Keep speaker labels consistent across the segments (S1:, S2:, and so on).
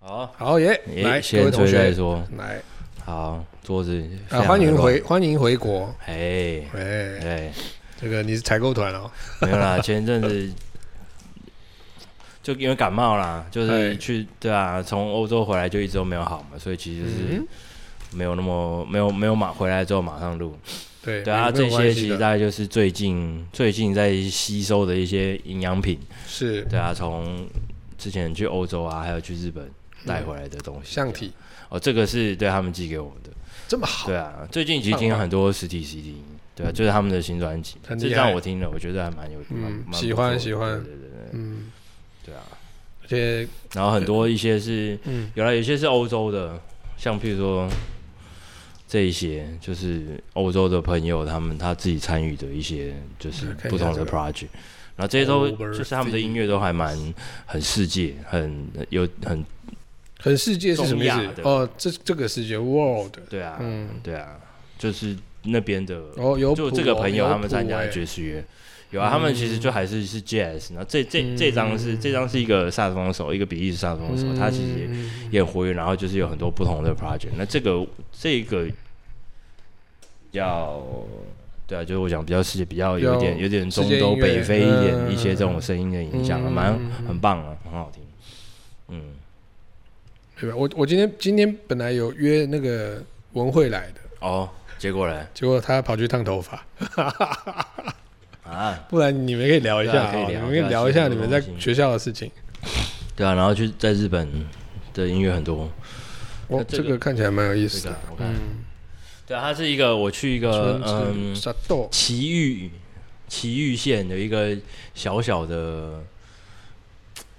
S1: 好，
S2: 好耶，来
S1: 也
S2: 各位
S1: 先
S2: 同
S1: 吹再
S2: 学，
S1: 说。
S2: 来
S1: 好，桌子
S2: 啊，欢迎回，。欢迎回国，
S1: 哎
S2: 哎，
S1: 哎，
S2: 这个你是采购团哦，
S1: 没有 啦，前一阵子就因为感冒啦，就是
S2: 哎
S1: 去对啊，从欧洲回来就一直都没有好嘛，所以其实是
S2: 嗯，
S1: 没有那么没有没有马回来之后马上录。
S2: 对哎
S1: 对啊，
S2: 没有
S1: 这
S2: 关
S1: 些
S2: 系
S1: 其实
S2: 的
S1: 大概就是最近最近在吸收的一些营养品。
S2: 是
S1: 对啊，从之前去欧洲啊，还有去日本带
S2: 嗯
S1: 回来的东西。
S2: 象体
S1: 哦，这个是对他们寄给我们的。
S2: 这么好嗯
S1: 对，啊，最近其实听了很多实体 CD，对啊，就是他们的新专辑，
S2: 很
S1: 这
S2: 厉害
S1: 张我听了，我觉得还蛮有，蛮
S2: 嗯
S1: 蛮
S2: 喜
S1: 不错的
S2: 欢喜欢
S1: 对对对
S2: 嗯，
S1: 对啊。
S2: 而且
S1: 然后很多一些是
S2: 嗯
S1: 有了，有些是欧洲的，像譬如说这一些就是欧洲的朋友他们他自己参与的一些就是
S2: 看一下
S1: 不同的
S2: 这个
S1: project。然后这些都
S2: Overthink
S1: 就是他们的音乐都还蛮很世界，很有很
S2: 很世界是什么意
S1: 中亚的
S2: 思？哦，这这个世界 world，
S1: 对啊，
S2: 嗯，
S1: 对啊，就是那边的
S2: 哦有
S1: 就
S2: 谱
S1: 这个
S2: 哦
S1: 朋友
S2: 有
S1: 他们参
S2: 谱
S1: 加的
S2: 哎
S1: 爵士乐，有啊，他们其实就还是是 jazz，然后这
S2: 嗯
S1: 这这张是这张是一个萨克斯风手，一个比利时萨克斯风手，他其实也
S2: 嗯
S1: 也很活跃，然后就是有很多不同的 project。那这个这个要对啊，就是我讲比较世界比较有一点
S2: 比较
S1: 有点中
S2: 世界
S1: 东
S2: 音乐
S1: 北非一点
S2: 嗯
S1: 一些这种声音的影响，
S2: 嗯
S1: 蛮
S2: 嗯
S1: 很棒啊，很好听。嗯，
S2: 对吧？我我今天今天本来有约那个文慧来的，
S1: 哦，结果嘞
S2: 结果她跑去烫头发，
S1: 啊，
S2: 不然你们可以聊一
S1: 对
S2: 下
S1: 啊
S2: 啊，
S1: 可以
S2: 你
S1: 聊
S2: 们可以聊一
S1: 对啊
S2: 下你们在
S1: 其实很多东西
S2: 学校的事情。
S1: 对啊，然后去在日本的音乐很多，
S2: 哦，
S1: 那这
S2: 这
S1: 个
S2: 个看起来蛮有意
S1: 这
S2: 思
S1: 个
S2: 的
S1: 啊。我看，对啊，它是一个我去一个嗯
S2: 嗯，沙豆，
S1: 埼玉埼玉县有一个小小的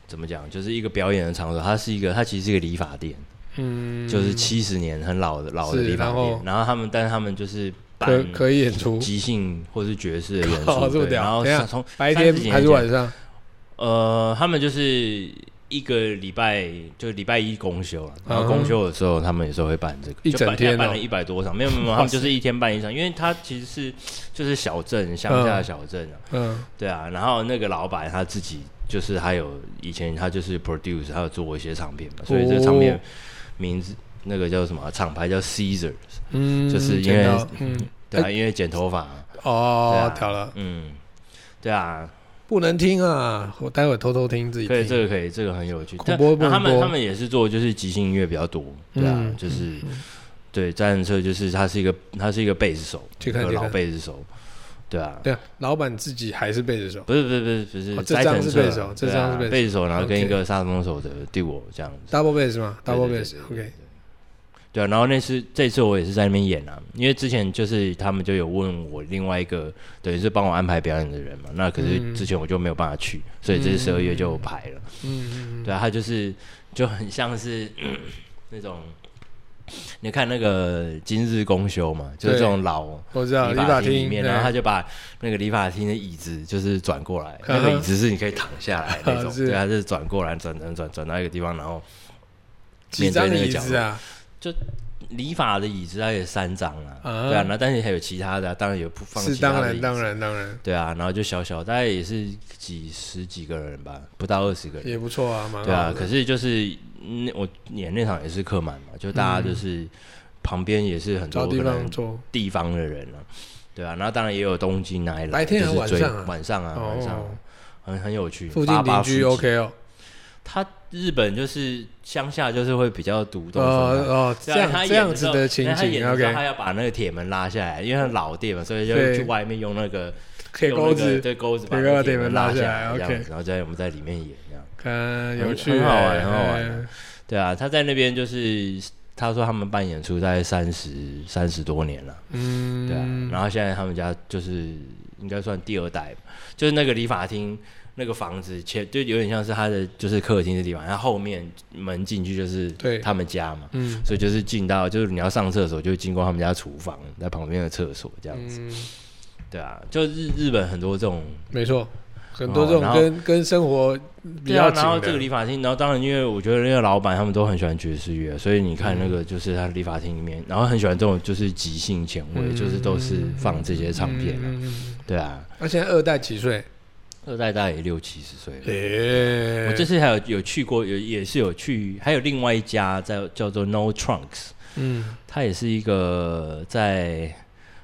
S1: 怎么讲，就是一个表演的场所，它是一个它其实是一个理发店，
S2: 嗯，
S1: 就是七十年很老的老的
S2: 是
S1: 理发
S2: 然
S1: 店
S2: 后，
S1: 然后他们但是他们就是
S2: 可
S1: 办
S2: 可以演出，
S1: 即兴或是爵士的元
S2: 靠
S1: 素，
S2: 这么
S1: 对，
S2: 屌
S1: 然后
S2: 等一下
S1: 从
S2: 白天
S1: 30年
S2: 还是
S1: 前
S2: 晚上？
S1: 呃，他们就是一个礼拜，就礼拜一公休了，啊然后
S2: 嗯
S1: 公休的时候，他们有时候会办这个，
S2: 一
S1: 就
S2: 整
S1: 办
S2: 天哦
S1: 办了一百多场，没有没有没有，他们就是一天办一场，因为他其实是就是小镇乡下的
S2: 嗯
S1: 小镇啊，
S2: 嗯，
S1: 对啊，然后那个老板他自己就是还有以前他就是 produce，他有做过一些唱片嘛，所以这个唱片
S2: 哦
S1: 名字那个叫什么啊厂牌叫 Caesar，s
S2: 嗯，
S1: 就是因
S2: 剪
S1: 为
S2: 刀嗯，
S1: 对啊，因为剪头发，对啊
S2: 哦，调了，
S1: 嗯，对啊，
S2: 不能听啊，我待会偷偷听自己
S1: 可以，这
S2: 听。
S1: 个可以，这个很有趣。
S2: 恐
S1: 但
S2: 怖
S1: 那他
S2: 不能
S1: 们
S2: 播
S1: 他们也是做就是即兴音乐比较多，对啊，
S2: 嗯
S1: 就是对战车就是他是一个他是一个贝斯手，
S2: 去
S1: 一
S2: 看
S1: 个
S2: 去
S1: 老
S2: 看
S1: 贝斯手，对啊，
S2: 对啊，老板自己还是背着手，
S1: 不是不是不是不是
S2: 哦，这
S1: 斋
S2: 张
S1: 藤
S2: 是
S1: 彻
S2: 贝斯手这
S1: 对啊
S2: 张是贝斯
S1: 贝斯手，然后跟
S2: OK
S1: 一个萨克斯风手的 duo 这样子
S2: double bass 嘛
S1: 对
S2: ，double
S1: 对对
S2: bass，
S1: 对对
S2: OK，
S1: 对啊，然后那次这次我也是在那边演啊，因为之前就是他们就有问我另外一个等于是帮我安排表演的人嘛，那可是
S2: 嗯
S1: 之前我就没有办法去，所以这次十二月就排了。
S2: 嗯嗯
S1: 对啊，他就是就很像是那种，你看那个今日公休嘛，就是这种老
S2: 嗯，我知道，
S1: 理
S2: 理
S1: 发
S2: 发
S1: 厅里
S2: 厅，
S1: 面，
S2: 对
S1: 然后他就把那个理发厅的椅子就是转过来，
S2: 呵呵
S1: 那个椅子是你可以躺下来那种，
S2: 嗯 是
S1: 对啊，他就是转过来，转转转转到一个地方，然后
S2: 几张
S1: 面对那
S2: 椅
S1: 个角
S2: 子啊，
S1: 理发的椅子它有三张啊，
S2: 啊
S1: 对啊，那但是还有其他的啊、当然有不放
S2: 是
S1: 其他
S2: 当
S1: 的椅
S2: 然
S1: 子
S2: 当。然当然，
S1: 对啊，然后就小小，大概也是几十几个人吧，不到二十个人。
S2: 也不错啊，蛮好
S1: 对啊，
S2: 的。
S1: 可是就是那我演那场也是客满嘛，就大家就是旁边也是很多
S2: 找地
S1: 可能
S2: 方坐，
S1: 地方的人啊，对啊，那当然也有东京那一栏，
S2: 白天还
S1: 就是最
S2: 晚上
S1: 晚上啊，
S2: 啊哦
S1: 晚上啊很很有趣，
S2: 附近
S1: 八
S2: 邻
S1: 八
S2: 居
S1: 附近
S2: OK 哦，
S1: 他日本就是乡下，就是会比较独
S2: 哦
S1: 栋分开。
S2: 哦，这
S1: 对啊
S2: 样
S1: 他演
S2: 这样子
S1: 时候
S2: 的情
S1: 那他演
S2: 景
S1: 的时候
S2: ，OK，
S1: 他要把那个铁门拉下来，因为他老店嘛，所以就
S2: 对
S1: 去外面用那个
S2: 铁
S1: 用
S2: 钩
S1: 那个
S2: 子，
S1: 对钩子把
S2: 铁
S1: 那
S2: 钩
S1: 个
S2: 子
S1: 铁
S2: 铁门
S1: 拉
S2: 拉下
S1: 来
S2: 来
S1: 这样
S2: ，OK
S1: 子，然后在我们在里面演这样。
S2: 看有
S1: 很
S2: 趣，
S1: 很好玩
S2: 哎
S1: 很好玩对啊，他在那边就是他说他们办演出大概三十三十多年了，
S2: 嗯，
S1: 对啊，然后现在他们家就是应该算第二代吧，就是那个理发厅那个房子前就有点像是他的就是客厅的地方，然后后面门进去就是
S2: 对
S1: 他们家嘛，
S2: 嗯
S1: 所以就是进到就是你要上厕所就经过他们家厨房，在旁边的厕所这样子，
S2: 嗯，
S1: 对啊，就日日本很多这种
S2: 没错，很多这
S1: 哦然
S2: 种
S1: 后
S2: 跟跟生活比
S1: 对啊，
S2: 较
S1: 然后
S2: 紧
S1: 这个
S2: 的，
S1: 理发厅，然后当然因为我觉得那个老板他们都很喜欢爵士乐，所以你看那个就是他理发厅里面，然后很喜欢这种就是即兴前卫，
S2: 嗯
S1: 就是都是放这些唱片啊，
S2: 嗯，嗯嗯嗯
S1: 对啊，
S2: 那现在二代几岁？
S1: 二代大概也六七十岁了。
S2: 诶、
S1: 嗯我这次还有有去过，有也是有去，还有另外一家在叫做 No Trunks，
S2: 嗯，
S1: 它也是一个在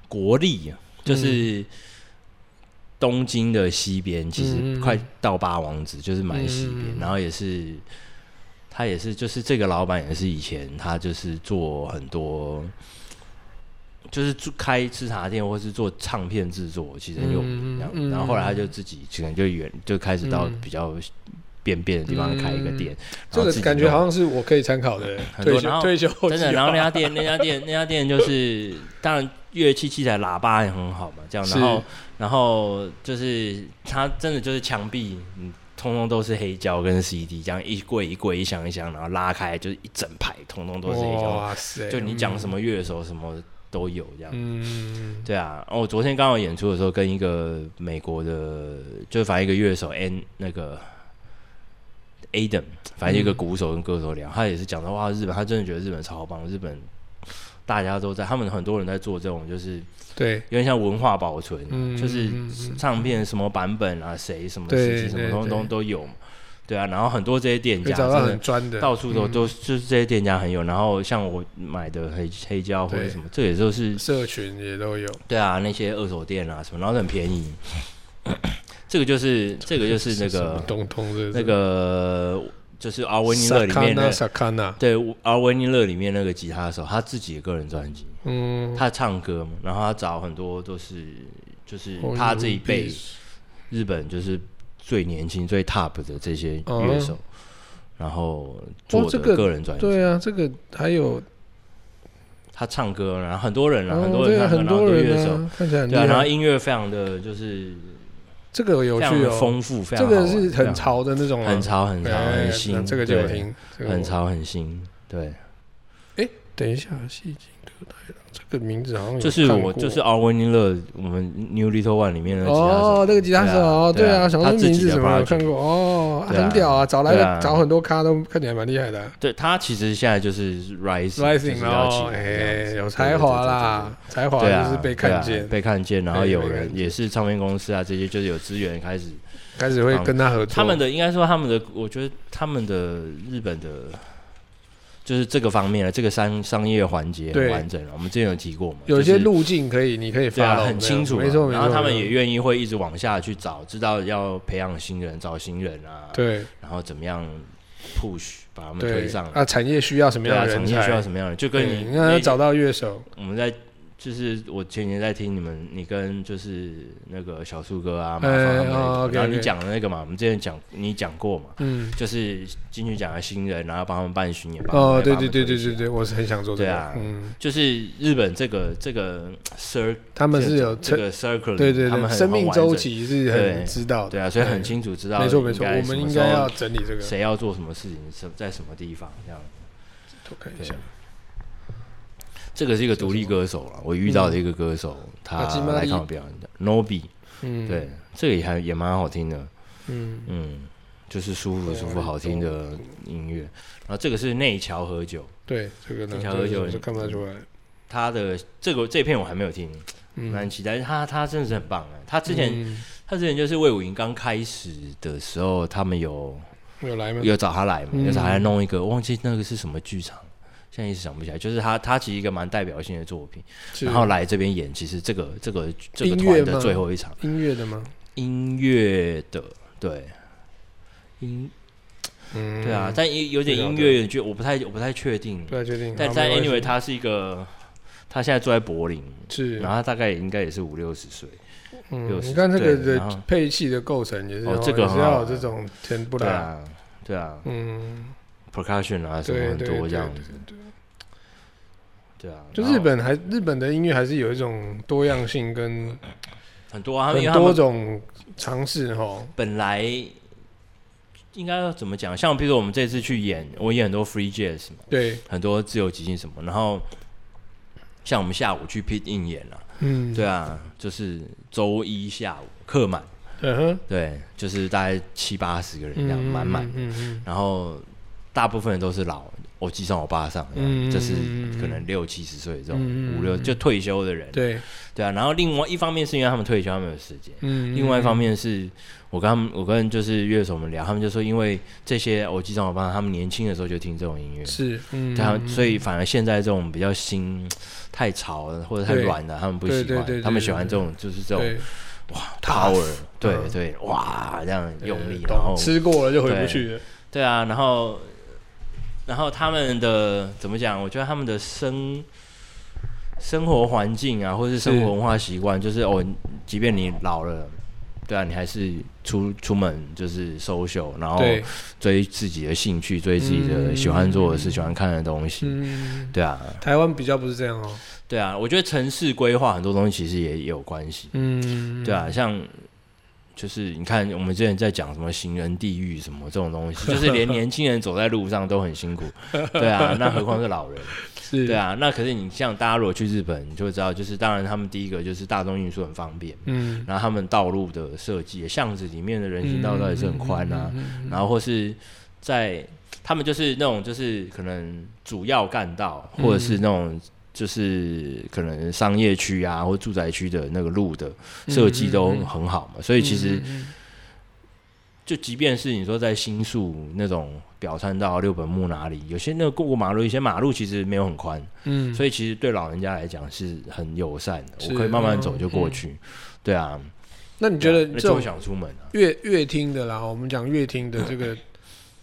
S1: 国立，
S2: 嗯
S1: 就是东京的西边，其
S2: 嗯嗯
S1: 实
S2: 嗯
S1: 快到八王子，就是蛮西边
S2: 嗯嗯。嗯
S1: 然后也是，他也是，就是这个老板也是以前他就是做很多，就是做开吃茶店或是做唱片制作，其实很有名。这样
S2: 嗯嗯嗯
S1: 然后后来他就自己可能就远就开始到
S2: 嗯
S1: 比较边边的地方开一个店，
S2: 这
S1: 然后
S2: 个
S1: 自己
S2: 感觉
S1: 弄
S2: 好像是我可以参考的
S1: 很
S2: 退
S1: 多
S2: 休
S1: 然后
S2: 退休啊
S1: 真的，
S2: 计
S1: 然后
S2: 划
S1: 那家店，那家店，那家店就是，当然乐器器材喇叭也很好嘛，这样，
S2: 是
S1: 然后，然后就是它真的就是墙壁，嗯，通通都是黑胶跟 CD，这样一柜一柜一箱一箱，然后拉开就是一整排，通通都是黑胶，
S2: 哇塞，
S1: 就你讲什
S2: 么？
S1: 么乐手什么都有这样。
S2: 嗯，
S1: 对啊，哦，我昨天刚好演出的时候，跟一个美国的，就反正一个乐手 N 那个 Adam，反正
S2: 嗯
S1: 一个鼓手跟歌手聊，他也是讲到哇，日本，他真的觉得日本超棒，日本大家都在，他们很多人在做这种，就是
S2: 对，
S1: 有点像文化保存，
S2: 嗯
S1: 就是
S2: 嗯嗯嗯
S1: 唱片什么版本啊，谁什么
S2: 对
S1: 时期什
S2: 对
S1: 么东
S2: 对
S1: 东都有嘛，对啊，然后很多这些店
S2: 可以
S1: 家
S2: 找
S1: 真
S2: 到
S1: 的
S2: 很专的，
S1: 到处都
S2: 嗯
S1: 都就是这些店家很有，然后像我买的黑黑胶或者
S2: 对
S1: 什么，这也都是
S2: 社群也都有，
S1: 对啊，那些二手店啊什么，然后很便宜。 这个就是这个就是那
S2: 什么
S1: 个
S2: 东东这
S1: 那个就是阿维尼勒里面的
S2: 萨卡纳，
S1: 对阿维尼勒里面那个吉他手，他自己的个人专辑，
S2: 嗯，
S1: 他唱歌嘛，然后他找很多都是就是
S2: 哦
S1: 他这一辈日本就是最年轻最 top 的这些乐手，然后做
S2: 哦这
S1: 的
S2: 个
S1: 个人专辑。
S2: 对啊，这个还有
S1: 他唱歌，然后很多人啊，
S2: 哦
S1: 很多
S2: 对
S1: 人
S2: 啊
S1: 唱歌，
S2: 很
S1: 然后很
S2: 多
S1: 多乐
S2: 人
S1: 手，
S2: 啊，看起来很厉
S1: 对啊，然后
S2: 害，
S1: 音乐非常的就是
S2: 这个有
S1: 非
S2: 趣
S1: 常的
S2: 哦，
S1: 丰富，非
S2: 这
S1: 常好玩
S2: 个是很，潮的那种
S1: 非
S2: 啊，
S1: 常很潮，很潮，
S2: 哎
S1: 很
S2: 那
S1: 新，
S2: 这个就有
S1: 对
S2: 听，这个我
S1: 很。潮，很新。对，
S2: 等一下，戏精歌太郎这个名字好像有
S1: 就是
S2: 看
S1: 我，
S2: 过
S1: 就是奥维尼勒，我们 New Little One 里面的吉他
S2: 哦
S1: 手，
S2: 那个吉他手，
S1: 对啊对啊
S2: 啊，想
S1: 他
S2: 说
S1: 自己
S2: 名字
S1: 的
S2: 什么
S1: project
S2: 有看过哦，
S1: 对啊
S2: 很屌啊，找来
S1: 对啊
S2: 找很多咖都看起来蛮厉害的啊
S1: 对他其实现在就是 rising，就是
S2: ，rising
S1: 要起
S2: 哦，
S1: 来这样
S2: 哎，
S1: 子
S2: 有才华啦，才华
S1: 对对对对对对啊，
S2: 就是被
S1: 对
S2: 看
S1: 啊
S2: 见，
S1: 被看见，然后
S2: 被
S1: 有
S2: 被看
S1: 人
S2: 见
S1: 也是唱片公司啊，这些就是有资源开始
S2: 开始会跟他合作，
S1: 他们的应该说他们的，我觉得他们的日本的，就是这个方面的这个商商业环节
S2: 对
S1: 很完整了。我们之前有提过嘛，
S2: 有一些
S1: 就是
S2: 路径可以，你可
S1: 对
S2: 以发
S1: 啊，很清楚啊，
S2: 没错没错，
S1: 然后他们
S2: 没错
S1: 也愿意会一直往下去找，知道要培养新人、找新人啊，，
S2: 对
S1: 然后怎么样 push 把他们推
S2: 对
S1: 上来。
S2: 啊，产业需要什么
S1: 对
S2: 样
S1: 啊，
S2: 的人
S1: 产业
S2: 才？
S1: 需要什么样的？就跟
S2: 对
S1: 你
S2: 你看要
S1: 那
S2: 找到乐手，
S1: 我们在就是我前年在听你们，你跟就是那个小树哥啊，麻
S2: 哎
S1: 烦他们那
S2: 哦
S1: 个，
S2: ，OK，
S1: 然后
S2: OK
S1: 你讲的那个嘛，我们之前讲你讲过嘛，
S2: 嗯，
S1: 就是金曲奖的新人，然后帮他们办巡演。帮他
S2: 哦，
S1: 们
S2: 对对对
S1: 帮
S2: 对，
S1: 他
S2: 对
S1: 们推
S2: 对，我是很想做这
S1: 对
S2: 个
S1: 啊，
S2: 嗯，
S1: 就是日本这个这个 circle，
S2: 他们是有
S1: 这
S2: 成，
S1: 个 circle，
S2: 对对
S1: 他们
S2: 对，
S1: 很
S2: 生命周，期是很
S1: 对
S2: 知
S1: 很
S2: 道
S1: 完整
S2: 的，
S1: 对啊，所以很清楚知道，
S2: 没错没错，我们应该要整理这个，
S1: 谁要做什么事情，什在什么地方这样。
S2: 我看一
S1: 对
S2: 下，
S1: 这个是一个独立歌手了，我遇到的一个歌手，他
S2: 啊金玛丽
S1: 来看我表演的 Nobi，
S2: 嗯，
S1: 对，，这个也还也蛮好听的，
S2: 嗯，
S1: 嗯，就是舒服
S2: 对啊
S1: 舒服好听的音乐。然后这个是内桥和酒，
S2: 对，这个呢，
S1: 这条河就
S2: 就是看不太出来，
S1: 他的这个这片我还没有听，蛮
S2: 嗯，
S1: 期待。他他真的是很棒哎，他之前、
S2: 嗯
S1: 他之前就是魏武营刚开始的时候，他们有
S2: 有来吗？
S1: 有找他来嘛，
S2: 嗯
S1: 有找他来弄一个，我忘记那个是什么剧场，现在一时想不起来。就是他他其实一个蛮代表性的作品，
S2: 是
S1: 然后来这边演，其实这个这个这个
S2: 音乐
S1: 团
S2: 吗
S1: 的最后一场
S2: 音乐的吗？
S1: 音乐的对音
S2: 嗯，
S1: 对啊，但也有点
S2: 不晓得
S1: 音乐，就我不太我不太确定
S2: 不，太确定，
S1: 但
S2: 好
S1: 但
S2: 啊没关系
S1: anyway 他是一个。他现在住在柏林，
S2: 是
S1: 然后他大概也应该也是五六十岁，
S2: 嗯，
S1: 60
S2: 你看这个
S1: 对然后
S2: 的配器的构成也是
S1: 哦
S2: 哦，
S1: 这个
S2: 也
S1: 很
S2: 是要
S1: 好
S2: 有
S1: 玩
S2: 这种填不
S1: 对
S2: 啦，
S1: 啊，对啊
S2: 嗯，
S1: ，percussion 啊什么
S2: 对
S1: 很
S2: 对
S1: 多这
S2: 对对
S1: 样子，
S2: 对，
S1: 对啊，
S2: 就
S1: 然后
S2: 日本还日本的音乐还是有一种多样性跟
S1: 很多啊，他们
S2: 很
S1: 因为他
S2: 多
S1: 们
S2: 种尝试哈，
S1: 本来应该要怎么讲，像比如说我们这次去演，我演很多 free jazz 嘛，
S2: 对，
S1: 很多自由即兴什么，然后像我们下午去 pit in 演啊，
S2: 嗯，
S1: 对啊，就是周一下午客满，
S2: 嗯哼，
S1: 对，就是大概七八十个人这样
S2: 嗯
S1: 满满，
S2: 嗯嗯，
S1: 然后大部分人都是老我记上我爸上，
S2: 嗯
S1: 这是可能六七十岁这
S2: 嗯
S1: 种
S2: 嗯
S1: 五六就退休的人，
S2: 对，
S1: 对啊。然后另外一方面是因为他们退休，他们有时间。
S2: 嗯，
S1: 另外一方面是我跟他们，我跟就是乐手们聊，他们就说，因为这些偶机上我帮他们年轻的时候就听这种音乐，
S2: 是，嗯，
S1: 他
S2: 嗯
S1: 啊所以反而现在这种比较新、太潮了或者太
S2: 对
S1: 软了，他们不
S2: 对
S1: 喜
S2: 对对
S1: 欢，
S2: 对
S1: 他们喜欢这种就是这种
S2: 对
S1: power，对
S2: 嗯
S1: 对，哇，这样用力，
S2: 懂
S1: 然后
S2: 吃过了就回
S1: 对
S2: 不去了，
S1: 对啊，然后然后他们的怎么讲？我觉得他们的生生活环境啊，或是生
S2: 是
S1: 活文化习惯，就是哦，即便你老了，对啊，你还是出出门就是收 l 然后
S2: 对，
S1: 追自己的兴趣，追自己的喜欢做的事、喜欢看的东西。
S2: 嗯，
S1: 对啊，
S2: 台湾比较不是这样哦，
S1: 对啊，我觉得城市规划很多东西其实也也有关系。
S2: 嗯，
S1: 对啊，像就是你看，我们之前在讲什么行人地狱什么这种东西，就是连年轻人走在路上都很辛 苦。对啊，那何况是老人？
S2: 是，
S1: 对，啊，那可是你像大家如果去日本，你就会知道，就是当然他们第一个就是大众运输很方便，
S2: 嗯，
S1: 然后他们道路的设计，巷子里面的人行道道也是很宽啊，
S2: 嗯，嗯嗯嗯
S1: 然后或是在他们就是那种就是可能主要干道，
S2: 嗯
S1: 或者是那种就是可能商业区啊或住宅区的那个路的设计都
S2: 嗯嗯嗯
S1: 很好嘛，所以其实
S2: 嗯嗯嗯
S1: 就即便是你说在新宿那种表参道、六本木哪里，有些那个过马路，有些马路其实没有很宽，
S2: 嗯，
S1: 所以其实对老人家来讲是很友善的，
S2: 是
S1: 我可以慢慢走就过去。对啊，
S2: 嗯那你觉得
S1: 对啊
S2: 这
S1: 那就
S2: 种
S1: 想出门啊？
S2: 乐乐听的啦，我们讲乐听的 这个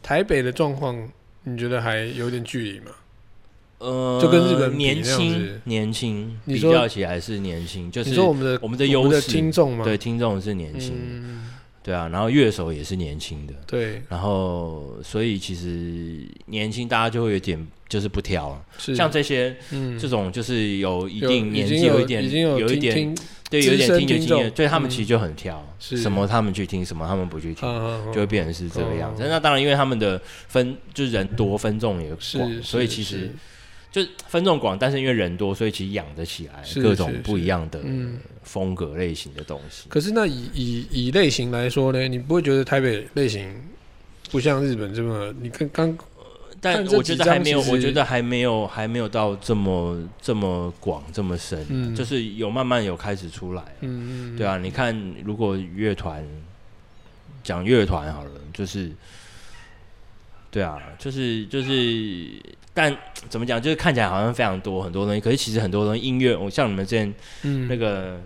S2: 台北的状况，你觉得还有点距离吗？
S1: 呃，
S2: 就跟日本比
S1: 年
S2: 那样
S1: 轻
S2: 子
S1: 年轻
S2: 你
S1: 比
S2: 说
S1: 较起来是年轻，就是
S2: 你说我们的
S1: 我们的优势
S2: 听众嘛，
S1: 对，听众是年轻的，
S2: 嗯，
S1: 对啊，然后乐手也是年轻的，
S2: 对，
S1: 然后所以其实年轻大家就会有点就是不挑啊，
S2: 是
S1: 像这些
S2: 嗯，
S1: 这种就是有一
S2: 有
S1: 定年
S2: 已经
S1: 纪，
S2: 有
S1: 一点
S2: 已经有
S1: 有一
S2: 听
S1: 点
S2: 听
S1: 对
S2: 资
S1: 有一点
S2: 深
S1: 听觉
S2: 听
S1: 经验，
S2: 众
S1: 对他们
S2: 嗯
S1: 其实就很挑，
S2: 是
S1: 什么他们去听，什么他们不去
S2: 啊
S1: 听。
S2: 啊，啊
S1: 就会变成是这个样子。
S2: 哦
S1: 那当然，因为他们的分就是人多，分众也
S2: 是，
S1: 广，所以
S2: 是
S1: 其实
S2: 是
S1: 就分众广，但是因为人多，所以其实养得起来
S2: 是
S1: 各
S2: 是
S1: 种不
S2: 是
S1: 一样的
S2: 嗯
S1: 风格类型的东西。
S2: 可是那以以以类型来说呢，你不会觉得台北类型不像日本这么？你跟刚
S1: 但
S2: 看这
S1: 我觉
S2: 几
S1: 得还
S2: 张
S1: 没有，
S2: 其
S1: 我觉
S2: 实
S1: 得还没有，还没有到这么这么广这么深，
S2: 嗯
S1: 就是有慢慢有开始出来。
S2: 嗯嗯
S1: 对啊，你看，如果乐团讲乐团好了，就是对啊，就是就是，但怎么讲，就是看起来好像非常多很多东西，可是其实很多东西音乐，我像你们之前
S2: 嗯
S1: 那个。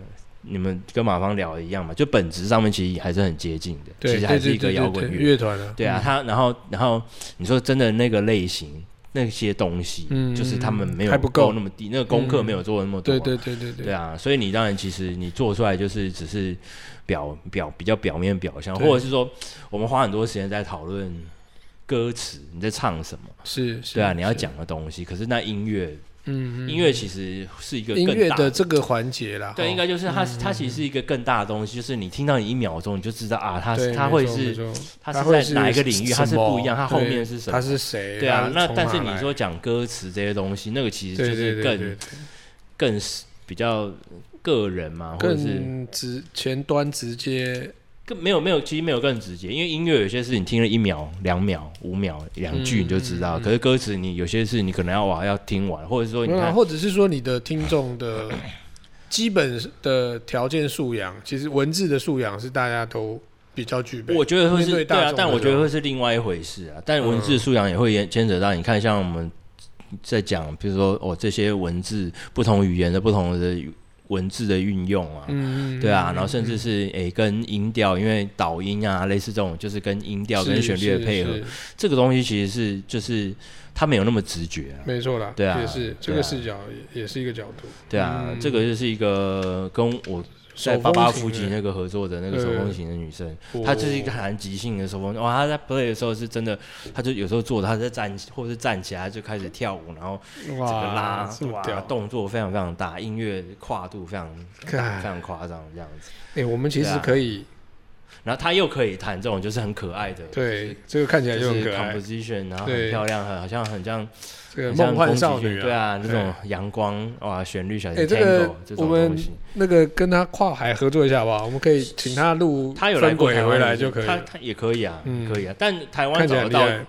S1: 你们跟马芳聊的一样嘛，就本质上面其实还是很接近的，
S2: 对
S1: 其实还
S2: 对
S1: 是一
S2: 对
S1: 个
S2: 对
S1: 摇滚
S2: 对
S1: 乐
S2: 乐团啊，
S1: 对啊，他然后然后你说真的那个类型那些东西，
S2: 嗯
S1: 就是他们没
S2: 还
S1: 有
S2: 不够
S1: 那么低，那个功课
S2: 嗯
S1: 没有做那么多、
S2: 对对对对
S1: 对啊，所以你当然其实你做出来就是只是表表比较表面表象，
S2: 对
S1: 或者是说我们花很多时间在讨论歌词你在唱什么，
S2: 是是，
S1: 对啊，你要
S2: 是
S1: 讲的东西，可是那音乐、
S2: 嗯嗯
S1: 音乐其实是一个
S2: 音
S1: 更
S2: 乐
S1: 大
S2: 的这个环节啦，
S1: 对，
S2: 哦
S1: 应该就是它，它其实是一个更大的东西，就是你听到你一秒钟，你就知道啊，它
S2: 对
S1: 它
S2: 没
S1: 会
S2: 错没
S1: 是
S2: 错
S1: 它
S2: 它
S1: 是
S2: 会
S1: 在
S2: 是
S1: 哪一个领域，它是
S2: 什么
S1: 不一样，它后
S2: 对
S1: 面是什么
S2: 他？是谁？
S1: 对啊，
S2: 他
S1: 那
S2: 从
S1: 但是
S2: 哪
S1: 你
S2: 来
S1: 说讲歌词这些东西，那个其实
S2: 对
S1: 就
S2: 对
S1: 是
S2: 对对
S1: 更更是比较个人嘛，或者是
S2: 更直前端直接
S1: 更没有没有，其实没有更直接，因为音乐有些事你听了一秒、两秒、五秒、两句
S2: 嗯
S1: 你就知道，
S2: 嗯嗯
S1: 可是歌词你有些事你可能要哇要听完，或者说你
S2: 没有啊
S1: 看
S2: 或者是说你的听众的 基本的条件素养，其实文字的素养是大家都比较具备。
S1: 我觉得会
S2: 面
S1: 是
S2: 对大
S1: 对啊
S2: 众，
S1: 但
S2: 的嗯
S1: 我觉得
S2: 人
S1: 会是另外一回事啊。但文字素养也会也牵扯到，你看，像我们在讲，比如说哦，这些文字不同语言的不同的语文字的运用啊，
S2: 嗯，嗯
S1: 对啊，然后甚至是诶、跟音调，因为导音啊，类似这种，就是跟音调跟旋律的配，合
S2: 嗯，嗯是是是
S1: 这个东西其实是就是它没有那么直觉啊，
S2: 没错啦，
S1: 对啊
S2: 也是这
S1: 对啊
S2: 个视角也也是一个角度，
S1: 对啊，
S2: 嗯
S1: 这个就是一个跟我在
S2: 手
S1: 巴
S2: 风
S1: 巴
S2: 琴
S1: 附近
S2: 欸
S1: 那个合作的那个手风琴的女生，
S2: 我
S1: 她就是一个弹即兴的手风，哇，她在 play 的时候是真的，她就有时候坐着，她在站或者是站起来就开始跳舞，然后整个拉
S2: 哇这么
S1: 哇
S2: 屌，
S1: 动作非常非常大，音乐跨度非常
S2: 看
S1: 非常夸张这样子。
S2: 哎，我们其
S1: 对
S2: 实
S1: 啊
S2: 可以
S1: 然后她又可以弹这种就是很可爱的，
S2: 对这个看起来就
S1: 就
S2: 很
S1: 是
S2: 可爱，
S1: composition，然后很
S2: 对
S1: 漂亮，很好像很像
S2: 这个
S1: 很像
S2: 梦幻
S1: 宫崎
S2: 少
S1: 骏
S2: 女
S1: 对啊，那
S2: 对
S1: 种阳光哇，旋律小提
S2: 哎这个
S1: tango 这
S2: 我
S1: 种
S2: 们
S1: 东西。
S2: 那个跟他跨海合作一下好不好？我们可以请他录
S1: 他有来
S2: 分
S1: 过
S2: 轨
S1: 台湾
S2: 回来
S1: 也是
S2: 就可以
S1: 他
S2: 了，
S1: 他也可以啊，
S2: 嗯
S1: 可以啊。但台湾
S2: 看起
S1: 找
S2: 来
S1: 得
S2: 很厉
S1: 到，
S2: 害。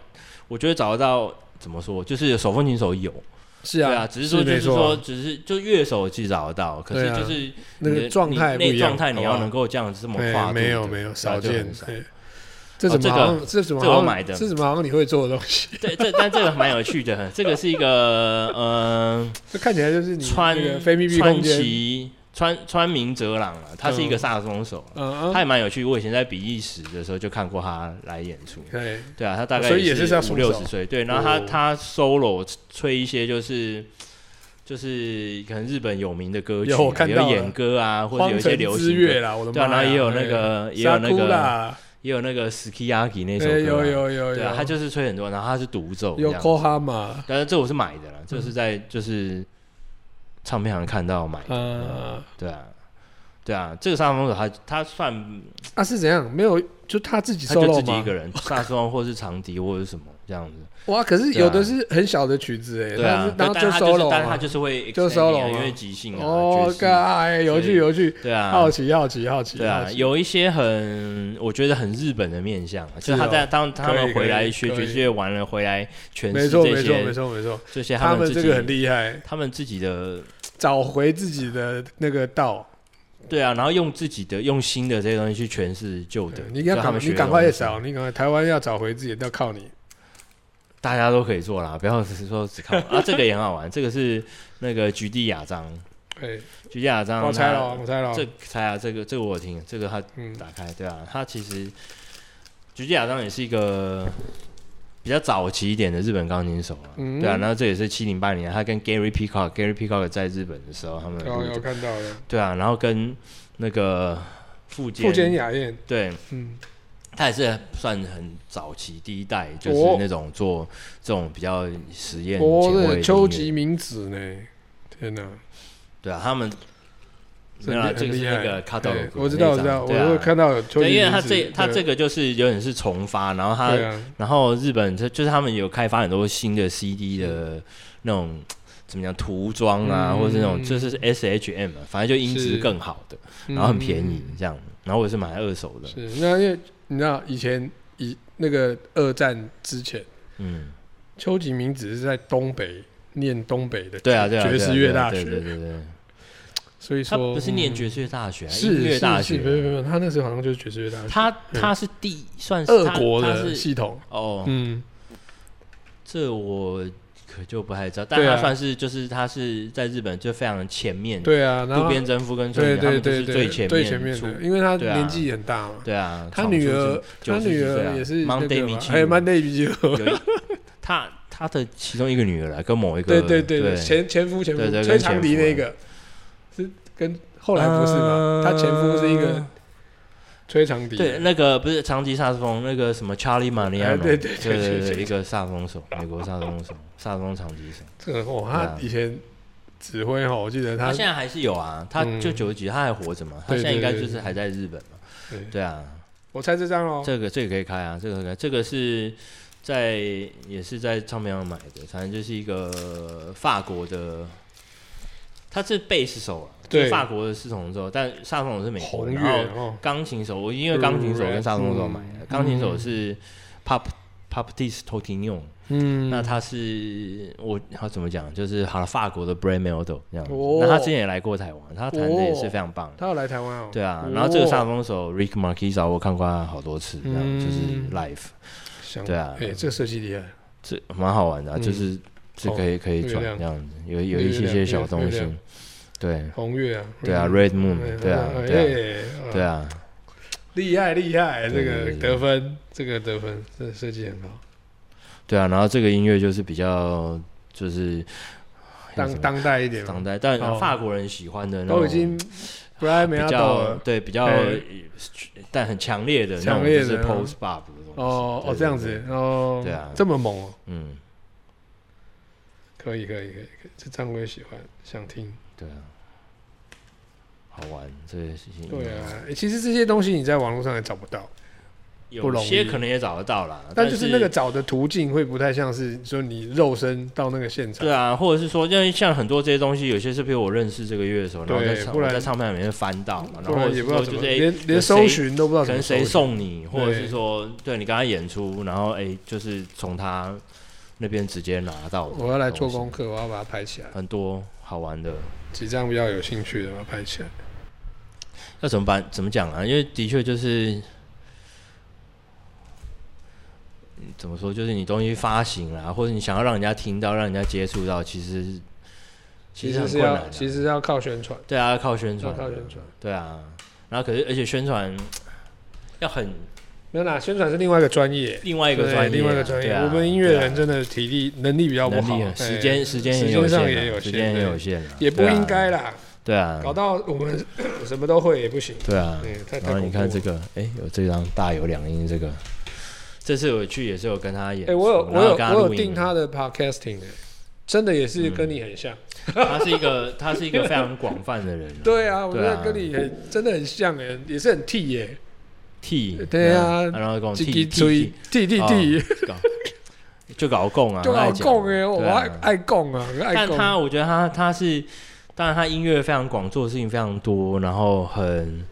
S1: 我觉得找得到怎么说，就是手风琴手有，
S2: 是
S1: 对
S2: 啊，
S1: 啊，只是说
S2: 没
S1: 就是
S2: 错啊
S1: 说，只是就乐手其实找得到，可
S2: 对
S1: 是
S2: 啊
S1: 就是
S2: 那
S1: 你
S2: 个
S1: 的
S2: 状
S1: 你
S2: 态不
S1: 那
S2: 一样
S1: 状态你
S2: 好
S1: 要
S2: 不好
S1: 能够这样子这么
S2: 哎
S1: 跨度的，
S2: 没有没有少
S1: 对啊
S2: 见
S1: 就很少，
S2: 哎这怎么
S1: 这个
S2: 好像这怎么
S1: 这我
S2: 好像
S1: 买的
S2: 这怎么好像你会做的东西？
S1: 对，这但这个蛮有趣的， 很这个是一个呃
S2: 这看起来就是 你
S1: 川
S2: 那个非密闭
S1: 川
S2: 空间，
S1: 崎川川明哲朗啊，他是一个萨克斯风手，啊
S2: 嗯
S1: 他
S2: 嗯，
S1: 也蛮有趣。我以前在比利时的时候就看过他来演出，
S2: 对，
S1: 对啊，他大概
S2: 所以也是要
S1: 五
S2: 松手
S1: 六十岁，对，然后他
S2: 哦
S1: 他 solo 吹一些就是。就是可能日本有名的歌曲，啊
S2: 有我看到了
S1: 演歌啊，或者有
S2: 荒
S1: 一些
S2: 城
S1: 流
S2: 之
S1: 行
S2: 月
S1: 歌，
S2: 啦，我的
S1: 对啊，
S2: 妈呀，
S1: 然后也有那
S2: 哎
S1: 个也有那个
S2: Sakura，
S1: 也有那个 Skiaki 那首歌
S2: 哎
S1: 啊，
S2: 有有有
S1: 对啊
S2: 有，，
S1: 他就是吹很多，然后他是独奏这
S2: 有
S1: 样子，
S2: Kohama，
S1: 但是这我是买的啦，这是在就是唱片行看到买的，
S2: 呃，
S1: 对啊，对啊，这个萨克斯风手他他算
S2: 啊是怎样？没有，就他自己
S1: 他就
S2: solo
S1: 自己一
S2: 吗
S1: 个？ 人，萨克斯风或是长笛或者是什么这样子，
S2: 哇，可是
S1: 对啊
S2: 有的是很小的曲子哎，
S1: 对啊，
S2: 但
S1: 但但
S2: 是就
S1: 他就是
S2: solo，
S1: 但他
S2: 嘛
S1: 就是会
S2: 就
S1: extending 啊
S2: solo
S1: 因
S2: 嘛
S1: 为即兴啊，
S2: 哦
S1: 爵，士
S2: 哎，有
S1: 所
S2: 趣
S1: 以
S2: 有趣，
S1: 对啊，
S2: 好奇好奇好奇，
S1: 对
S2: 好
S1: 啊，
S2: 奇
S1: 有一些很我觉得很日本的面相啊，就是他
S2: 是哦
S1: 在当他
S2: 可以
S1: 们回
S2: 可
S1: 来
S2: 以
S1: 学
S2: 可以
S1: 爵士乐完了回来诠
S2: 没
S1: 释
S2: 错
S1: 这
S2: 没错没
S1: 些
S2: 错没错，
S1: 这些
S2: 他
S1: 们
S2: 们
S1: 自
S2: 这个很
S1: 己
S2: 厉害，
S1: 他们自己的
S2: 找回自己的那个道。
S1: 对啊，然后用自己的用新的这些东西去诠释旧的
S2: 对，哎你
S1: 就
S2: 要
S1: 他
S2: 赶
S1: 们
S2: 你
S1: 学
S2: 赶快
S1: 的
S2: 也
S1: 东西
S2: 找，你赶快台湾要找回自己的道，靠你。
S1: 大家都可以做啦，不要只是说只看我啊，这个也很好玩，这个是那个菊地亚章，
S2: 哎，
S1: 菊地亚章
S2: 我猜
S1: 他
S2: 了我哦猜了，
S1: 啊这猜啊，这个这个我有听，这个他
S2: 嗯
S1: 打开，对啊，他其实菊地亚章也是一个比较早期一点的日本钢琴手啊，
S2: 嗯
S1: 对啊，然后这也是七零八零年，他跟 Gary Peacock，Gary Peacock 在日本的时候他们
S2: 有
S1: 录
S2: 哦有
S1: 的，
S2: 看到了，
S1: 对啊，然后跟那个富
S2: 富坚
S1: 坚，
S2: 雅彦，
S1: 对，
S2: 嗯，
S1: 他也是算很早期第一代，就
S2: 哦
S1: 是那种做这种比较实验
S2: 哦，
S1: 前卫
S2: 这
S1: 的
S2: 秋
S1: 音
S2: 吉
S1: 乐
S2: 明子呢？天哪，
S1: 对啊，他们
S2: 这
S1: 没有
S2: 很
S1: 啦，
S2: 厉
S1: 这个是那
S2: 很厉害
S1: 个 c u t
S2: 对我知道我知道，我有看到有秋吉
S1: 对，啊
S2: 明子，
S1: 因为他这他这
S2: 对啊
S1: 个就是有点是重发，然后他
S2: 对啊，
S1: 然后日本就就是他们有开发很多新的 CD 的那种怎么讲涂装啊，
S2: 嗯
S1: 或者是那种就是 SHM，啊反正就音质
S2: 是
S1: 更好的，然后很便宜
S2: 嗯。
S1: 这样。然后我也是买二手的，
S2: 是那因为你知道以前以那个二战之前，
S1: 嗯，
S2: 秋吉明子是在东北念东北的
S1: 对啊，对啊，
S2: 爵
S1: 对啊
S2: 士乐大
S1: 对啊对啊对
S2: 学，
S1: 啊对啊对啊，
S2: 所以
S1: 他
S2: 说
S1: 不是念
S2: 嗯
S1: 爵士乐大学啊，
S2: 是
S1: 音乐大学
S2: 是是没有没有没有，他那时候好像就是爵士乐大学，
S1: 他他是第算是
S2: 俄
S1: 他
S2: 国
S1: 他
S2: 的
S1: 是
S2: 系统，
S1: 哦，
S2: 嗯，
S1: 这我可就不太知道，但
S2: 对啊
S1: 他算是就是他是在日本就非常前面，
S2: 对啊，然
S1: 渡
S2: 后
S1: 边征夫跟村
S2: 对
S1: 井他
S2: 对
S1: 们就
S2: 对
S1: 是
S2: 对
S1: 前
S2: 最前面
S1: 出
S2: 的，因为他
S1: 对啊
S2: 年纪很大嘛，
S1: 对啊，
S2: 他女儿他
S1: 闯出去
S2: 女
S1: 90岁啊
S2: 儿也是那
S1: Monday
S2: 个嘛哎
S1: Michi
S2: 还有 Monday 笔记，
S1: 有一 他他的其中一个女儿来啊跟某一个
S2: 对 对对对，前前夫前
S1: 对
S2: 夫
S1: 对
S2: 崔
S1: 跟
S2: 长
S1: 前
S2: 迪
S1: 夫啊
S2: 那个是跟后来不是嘛，他前夫是一个
S1: 呃
S2: 崔长迪，
S1: 对，那个不是长笛萨克斯风，那个什么 Charlie Mariano，
S2: 哎对
S1: 对
S2: 对对对
S1: 对
S2: 对
S1: 一个萨克斯风手，美国萨克斯风手，萨克斯风长笛手。
S2: 这个哦，
S1: 对
S2: 他
S1: 啊
S2: 以前指挥哈，我记得
S1: 他
S2: 他
S1: 现在还是有啊，他就
S2: 嗯
S1: 九十几，他还活着嘛，他
S2: 对
S1: 现在
S2: 对
S1: 应该
S2: 对
S1: 就是
S2: 对
S1: 还在日本嘛。
S2: 对
S1: 对啊，
S2: 我猜这张哦，
S1: 这个这个可以开啊，这个可以开，这个是在也是在唱片上买的，反正就是一个法国的，他是贝斯手了，啊
S2: 对
S1: 就是法国的四重奏，但萨克斯手是美国
S2: 红
S1: 的，
S2: 月
S1: 然后
S2: 哦，
S1: 钢琴手，我因为钢琴手跟萨克斯手买的，
S2: 嗯
S1: 钢琴手是 Pop Poptis t o t i n o n
S2: 嗯，
S1: 那他是我他怎么讲，就是好了法国的 Brad Meldo 这样子，
S2: 哦
S1: 那他之前也来过台湾，他弹的也是非常棒。
S2: 他要来台湾哦，
S1: 对啊
S2: 哦，
S1: 然后这个萨克斯风手 Rick Marquisa 我看过他好多次，这样、
S2: 嗯
S1: 就是 live，
S2: 想
S1: 对啊
S2: 哎，这个设计厉害，
S1: 这蛮好玩的啊、
S2: 嗯哦
S1: 就是是可以、可以转
S2: 月亮
S1: 这样子，有有一些些小东
S2: 月
S1: 西
S2: 亮，
S1: 对
S2: 红月啊，
S1: 对啊
S2: 嗯
S1: ，Red Moon，
S2: 哎
S1: 对啊
S2: 哎
S1: 对啊
S2: 哎
S1: 对啊，
S2: 厉害厉害，这
S1: 对对
S2: 个
S1: 对对
S2: 得分，这个得分，这设计很好，
S1: 对啊，然后这个音乐就是比较就是
S2: 当当代一点嘛，
S1: 当代，但
S2: 哦
S1: 法国人喜欢的那种
S2: 都已经不莱梅
S1: 比
S2: 亚到
S1: 较
S2: 了，
S1: 对比较
S2: 哎
S1: 但很强烈的那
S2: 强
S1: 种
S2: 烈
S1: 就
S2: 的
S1: 是
S2: 嗯
S1: post bop 的东西
S2: 哦
S1: 对
S2: 哦
S1: 对
S2: 这样
S1: 对
S2: 子哦，
S1: 对啊
S2: 这么猛哦，
S1: 嗯，
S2: 可以可以可以，可以这张我也喜欢，想听。
S1: 对啊，好玩这些事情，
S2: 对啊，欸其实这些东西你在网络上也找不到，不
S1: 有
S2: 容易
S1: 些可能也找得到啦，
S2: 但
S1: 啊但
S2: 就是那个找的途径会不太像是说你肉身到那个现场
S1: 对。啊，或者是说，因为像很多这些东西，有些是比如我认识这个乐手，然后
S2: 对
S1: 在唱
S2: 不然
S1: 我在唱片里面翻到嘛，然
S2: 不
S1: 后或
S2: 然
S1: 者是
S2: 也不知道
S1: 说
S2: 怎
S1: 就
S2: 么，
S1: 是哎，
S2: 连连搜寻都不知道
S1: 可
S2: 怎么
S1: 能
S2: 搜
S1: 谁
S2: 寻。
S1: 送你，或者是说对你跟他演出，然后哎，就是从他那边直接拿到的。
S2: 我要来做
S1: 东西
S2: 功课，我要把它拍起来。
S1: 很多好玩的，
S2: 几张比较有兴趣的，把它拍起来。
S1: 要怎么办？怎么讲啊？因为的确就是，嗯怎么说？就是你东西发行啦，或者你想要让人家听到、让人家接触到，其实
S2: 其
S1: 实
S2: 实
S1: 很
S2: 是
S1: 困难、
S2: 要，
S1: 啊。
S2: 其实是要靠宣传，
S1: 对啊，要靠宣
S2: 要
S1: 传，
S2: 靠宣传。
S1: 对啊。然后可是，而且宣传要很
S2: 没有啦，宣传是另外一个专业，
S1: 另外一个
S2: 对
S1: 专业啊，
S2: 另外一个专业。
S1: 对啊
S2: 我们音乐人
S1: 对
S2: 真的体力能力比较
S1: 啊
S2: 不
S1: 能
S2: 好
S1: 力很，
S2: 哎
S1: 时间时间
S2: 时
S1: 很
S2: 间上
S1: 限
S2: 也
S1: 啊，
S2: 有
S1: 时
S2: 限
S1: 间很
S2: 对
S1: 有限啊，
S2: 也不
S1: 对啊
S2: 应该啦，
S1: 对啊，
S2: 搞到我们 什么都会也不行。
S1: 对啊，
S2: 对，太太
S1: 然后你
S2: 恐怖
S1: 看
S2: 了
S1: 这个，哎、有这张大有两音这个，这次我去也是有跟他演出，
S2: 哎、我有
S1: 然
S2: 我
S1: 后
S2: 有
S1: 跟他
S2: 我有
S1: 录影
S2: 订他，的 podcasting，、欸、真的也是跟你很
S1: 嗯
S2: 像。
S1: 他是一个他是一个非常广泛的人啊，
S2: 对啊，我觉
S1: 对啊
S2: 得跟你很、真的很像哎、欸，也是很 T 耶、
S1: T，
S2: 对啊
S1: 然后跟我
S2: 欸，
S1: T
S2: 叽
S1: T
S2: 叽吹
S1: T，
S2: T T
S1: 哦
S2: T，
S1: 搞就搞共啊，
S2: 就
S1: 他
S2: 老
S1: 在讲
S2: 共哎，我
S1: 对啊
S2: 爱爱共啊，我爱
S1: 但
S2: 共。
S1: 他我觉得他他是，当然他音乐非常广，做的事情非常多，然后很，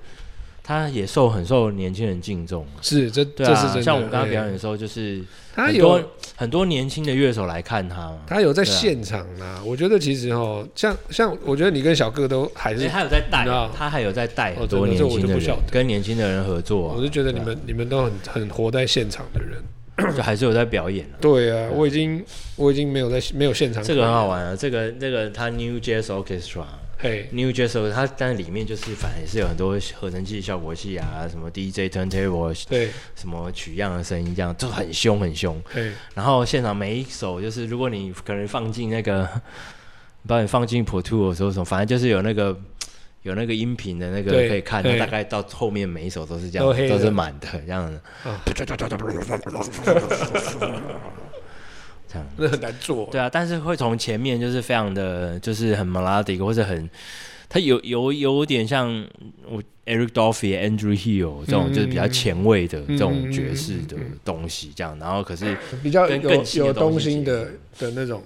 S1: 他也受很受年轻人敬重。啊
S2: 是这、
S1: 对
S2: 这是真
S1: 啊，
S2: 的。
S1: 像我们刚刚表演
S2: 欸，
S1: 的时候，就是
S2: 他
S1: 很多
S2: 有
S1: 很多年轻的乐手来看他嘛，
S2: 他有在
S1: 对啊
S2: 现场啊，我觉得其实哦，像像我觉得你跟小哥都还
S1: 而
S2: 是
S1: 且，他有在带
S2: 你知道，
S1: 他还有在带
S2: 哦
S1: 很多
S2: 真的
S1: 年
S2: 这我
S1: 轻
S2: 就
S1: 的
S2: 不
S1: 人
S2: 晓得，
S1: 跟年轻的人合作啊。
S2: 我是觉得你
S1: 对啊
S2: 们你们都很很活在现场的人。
S1: 就还是有在表演啊。
S2: 对啊，我已经我已经没有在没有现场，
S1: 这个很好。玩啊，这个这个他 New Jazz Orchestra，New
S2: 嘿，
S1: Jazz Orchestra，它但是里面就是反正也是有很多合成器、效果器啊，什么 DJ turntable，
S2: 对，
S1: 什么取样的声音，这样就很凶很凶。
S2: 嘿，
S1: 然后现场每一首就是，如果你可能放进那个， 把你放进 Pro Two 的时候，什么反正就是有那个有那个音频的那个
S2: 对
S1: 可以看，
S2: 对
S1: 大概到后面每一首都是这
S2: 都
S1: 样，
S2: 黑
S1: 都
S2: 的
S1: 是满的这样的
S2: 啊。
S1: 这样
S2: 那很难做。
S1: 对啊，但是会从前面就是非常的，就是很 melodic 或者很，它有有有点像我 Eric Dolphy、Andrew Hill 这种、
S2: 嗯
S1: 就是比较前卫的、这种爵士的
S2: 嗯嗯嗯嗯
S1: 东西，这样。然后可是
S2: 比较
S1: 跟
S2: 有
S1: 更新的
S2: 有
S1: 东
S2: 东
S1: 西
S2: 西
S1: 结合
S2: 的的那种，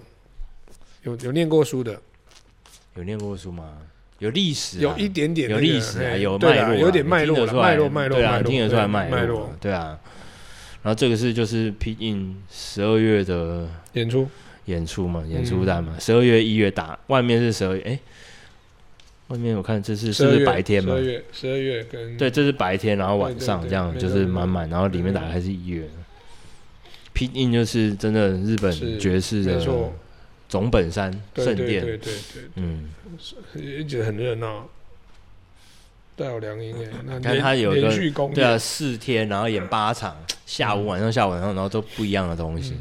S2: 有有念过书的，
S1: 有念过书吗？有历史啊、
S2: 有一点点那
S1: 有
S2: 个
S1: 历史啊，
S2: 嘿
S1: 有
S2: 对
S1: 脉
S2: 啦
S1: 络啊，
S2: 有点
S1: 你
S2: 脉
S1: 听
S2: 络
S1: 得
S2: 啦
S1: 出来
S2: 脉络脉络
S1: 对啊，
S2: 脉
S1: 你
S2: 络
S1: 听得出来
S2: 对
S1: 脉
S2: 脉
S1: 络
S2: 络
S1: 啊，对啊。然后这个是就是 P in 十二月的
S2: 演出，
S1: 演出嘛，演出单嘛，
S2: 嗯
S1: 十二月一月打，外面是十二月，哎，外面我看这是是
S2: 12
S1: 不
S2: 月
S1: 是白天嘛
S2: 十二？月十二月跟
S1: 对，这是白天，然后晚上
S2: 对对对
S1: 这样
S2: 没
S1: 就
S2: 错
S1: 是满满，然后里面打开是一月。P in 就是真的日本
S2: 是
S1: 爵士
S2: 没
S1: 的
S2: 错，
S1: 总本山
S2: 对
S1: 啊圣
S2: 对对
S1: 殿，
S2: 对
S1: 嗯，
S2: 对，一直很热闹。大有良音哎，那
S1: 看
S2: 连
S1: 他有一个
S2: 连续公演
S1: 对啊，，四天，然后 演八场，下
S2: 嗯
S1: 午、晚上、下午、晚上，然后都不一样的东西，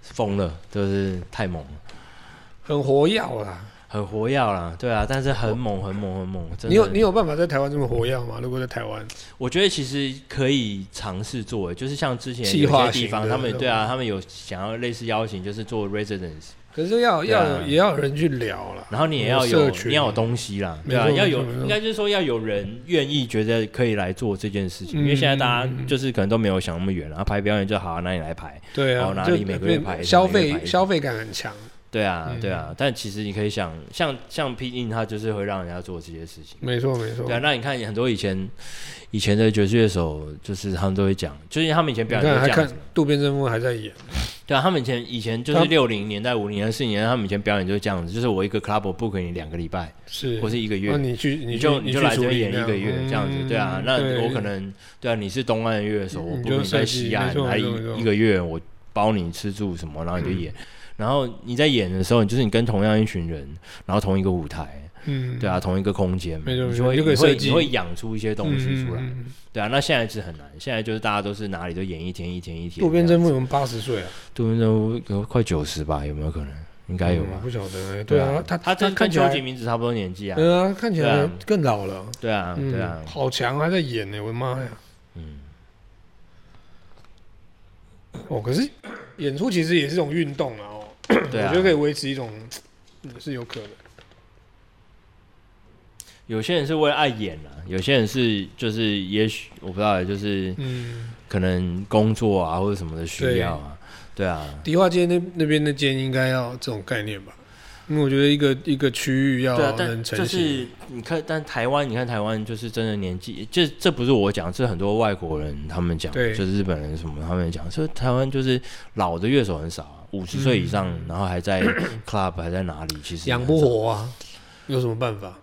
S1: 疯了，就是太猛了，
S2: 很活跃啊啦。
S1: 很活跃啦，对啊，但是很猛，很猛，很猛。真的
S2: 你有你，有办法在台湾这么活跃吗？如果在台湾，
S1: 我觉得其实可以尝试做，就是像之前
S2: 计
S1: 有
S2: 划
S1: 些地
S2: 型
S1: 方，
S2: 的
S1: 他
S2: 那
S1: 们
S2: 种
S1: 对啊，他们有想要类似邀请，就是做 residence，
S2: 可是要
S1: 对啊
S2: 要有也要有人去聊啦。
S1: 然后你也要
S2: 有
S1: 有
S2: 嗯社群
S1: 你要有东西啦，
S2: 没
S1: 对啊，
S2: 错
S1: 要
S2: 没
S1: 有
S2: 错没错
S1: 应该就是说要有人愿意觉得可以来做这件事情，
S2: 嗯
S1: 因为现在大家
S2: 嗯嗯
S1: 就是可能都没有想那么远了，啊排表演就好，那你来排。
S2: 对
S1: 哦
S2: 啊，
S1: 哪
S2: 就
S1: 里每个月排
S2: 对消
S1: 每个月排
S2: 费消费感很强。
S1: 对啊，
S2: 嗯
S1: 对啊，但其实你可以想，像像 P in 他就是会让人家做这些事情。
S2: 没错没错
S1: 对啊，，那你看很多以前以前的爵士乐手，就是他们都会讲，就是他们以前
S2: 你
S1: 表演
S2: 看
S1: 都
S2: 还
S1: 这样
S2: 看
S1: 子。
S2: 渡边真夫还在演，
S1: 对啊，他们以前以前就是
S2: 他
S1: 六零年代、五零年代、四零年代，他们以前表演就是这样子，就是我一个 club 我 book 你两个礼拜
S2: 是
S1: 或是一个月
S2: 那，你去你去
S1: 就
S2: 你
S1: 就
S2: 去
S1: 来这
S2: 处理
S1: 边演一个月
S2: 那嗯
S1: 这样子。对啊，那
S2: 对嗯
S1: 我可能对啊，你是东岸乐手，我
S2: 你
S1: book
S2: 就
S1: 你在
S2: 设计
S1: 西岸
S2: 没，错
S1: 来
S2: 没错没错嗯
S1: 一一个月我包你吃住什么，然后你就演。然后你在演的时候，就是你跟同样一群人，然后同一个舞台，
S2: 嗯，
S1: 对啊，同一个空间嘛，
S2: 没错
S1: 你
S2: 没
S1: 就
S2: 错
S1: 会
S2: 就可以
S1: 你会
S2: 设计
S1: 你会养出一些
S2: 嗯，
S1: 东西出来，
S2: 嗯。嗯嗯
S1: 对啊。那现在是很难，现在就是大家都是哪里都演一天一天一天。
S2: 嗯渡边真
S1: 夫，
S2: 夫有没有八十岁啊？
S1: 渡边真夫快九十吧，有没有可能？应该有
S2: 嗯我
S1: 吧。
S2: 不晓得哎。对啊，他
S1: 他
S2: 他
S1: 跟
S2: 看起
S1: 秋
S2: 来
S1: 瑾，明子差不多年纪啊，
S2: 对啊，看起
S1: 对
S2: 来
S1: 啊
S2: 更老了。
S1: 对啊，
S2: 嗯
S1: 对啊，
S2: 好强，还在演呢，我的妈呀！
S1: 嗯，
S2: 哦，可是演出其实也是一种运动啊，哦，
S1: 对啊
S2: 我觉。得可以维持一种，嗯是有可能。
S1: 有些人是为了爱演啊，有些人是就是也许我不知道，就是
S2: 嗯，
S1: 可能工作啊或者什么的需要啊，对啊，
S2: 迪化街那那边那间应该要这种概念吧？因为我觉得一个一个区域要
S1: 对啊，
S2: 能
S1: 但
S2: 成
S1: 就
S2: 型，
S1: 是你看，但台湾，你看台湾就是真的年纪，这这不是我讲，是很多外国人他们讲，
S2: 对
S1: 就是日本人什么他们讲，说台湾就是老的乐手很少啊。五十岁以上，然后还 在 club 还在哪里，其实
S2: 嗯养不
S1: 很少。
S2: 活啊，有什么办法？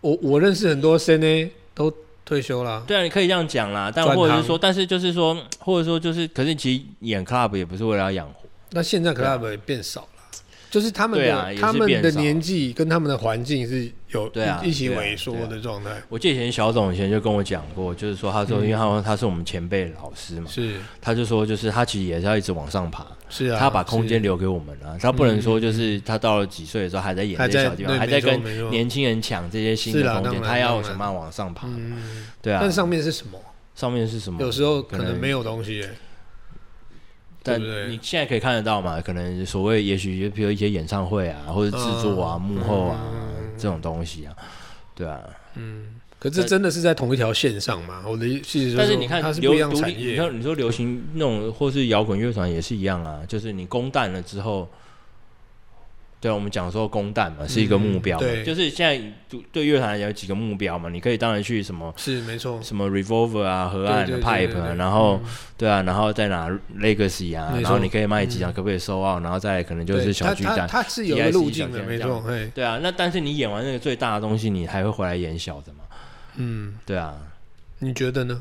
S2: 我我认识很多 CNA 都退休啦，
S1: 对啊，你可以这样讲啦，但
S2: 转
S1: 或者是
S2: 行
S1: 说，但是就是说，或者说就是，可是其实演 club 也不是为了要养活，
S2: 那现在 club 也变少了，就是他们
S1: 对
S2: 的、
S1: 啊也是
S2: 他们
S1: 变
S2: 的
S1: 少
S2: 年纪跟他们的环境是有
S1: 对啊
S2: 一一起
S1: 对啊
S2: 萎缩
S1: 对啊
S2: 的状态，
S1: 我记得以前小董以前就跟我讲过，就是说他说，
S2: 嗯
S1: 因为他说他是我们前辈老师嘛，
S2: 是
S1: 他就说就是他其实也是要一直往上爬，
S2: 是啊，
S1: 他把空间
S2: 留
S1: 留给我们啊，他不能说就是他到了几岁的时候还在演
S2: 还
S1: 这些
S2: 在
S1: 小地方，
S2: 对
S1: 还在
S2: 没错
S1: 跟
S2: 没错
S1: 年轻人抢这些新
S2: 是啦
S1: 的空
S2: 当
S1: 间，
S2: 然
S1: 他要
S2: 当然
S1: 想办法往上爬。
S2: 嗯，
S1: 对啊嗯
S2: 但，上面是什么？
S1: 上面是什么？
S2: 有时候可
S1: 可
S2: 能
S1: 能
S2: 没有东西、欸，
S1: 但
S2: 对不对
S1: 你现在可以看得到嘛？可能所谓也许比如一些演唱会啊，或者制作啊、
S2: 嗯
S1: 幕后啊、
S2: 嗯
S1: 这种东西啊，对啊。
S2: 可是
S1: 但
S2: 真的是在同一条线上嘛？我的意思是说，
S1: 但是你看
S2: 它是
S1: 流
S2: 不一样
S1: 独
S2: 产
S1: 立，你
S2: 业，
S1: 看你说流行那种或是摇滚乐团也是一样啊，就是你攻蛋了之后，对啊，我们讲说攻蛋嘛是一个目标嘛，
S2: 嗯对
S1: 就是现在独对乐团来讲有几个目标嘛，你可以当然去什么。
S2: 是没错，
S1: 什么 Revolver 啊，河岸
S2: 对
S1: 的
S2: 对
S1: Pipe，
S2: 对对
S1: 啊
S2: 对嗯
S1: 然后对啊，然后再拿 Legacy 啊，
S2: 没
S1: 然
S2: 错嗯
S1: 后你可以卖几张，可不可以收啊？然后再来可能就是
S2: 对
S1: 小巨
S2: 它它
S1: 蛋，，E
S2: 它是有一个
S1: TIC
S2: 路径的，
S1: 小巨蛋
S2: 没错，嘿，
S1: 对啊。那但是你演完那个最大的东西，你还会回来演小的嘛？
S2: 嗯，
S1: 对啊，
S2: 你觉得呢？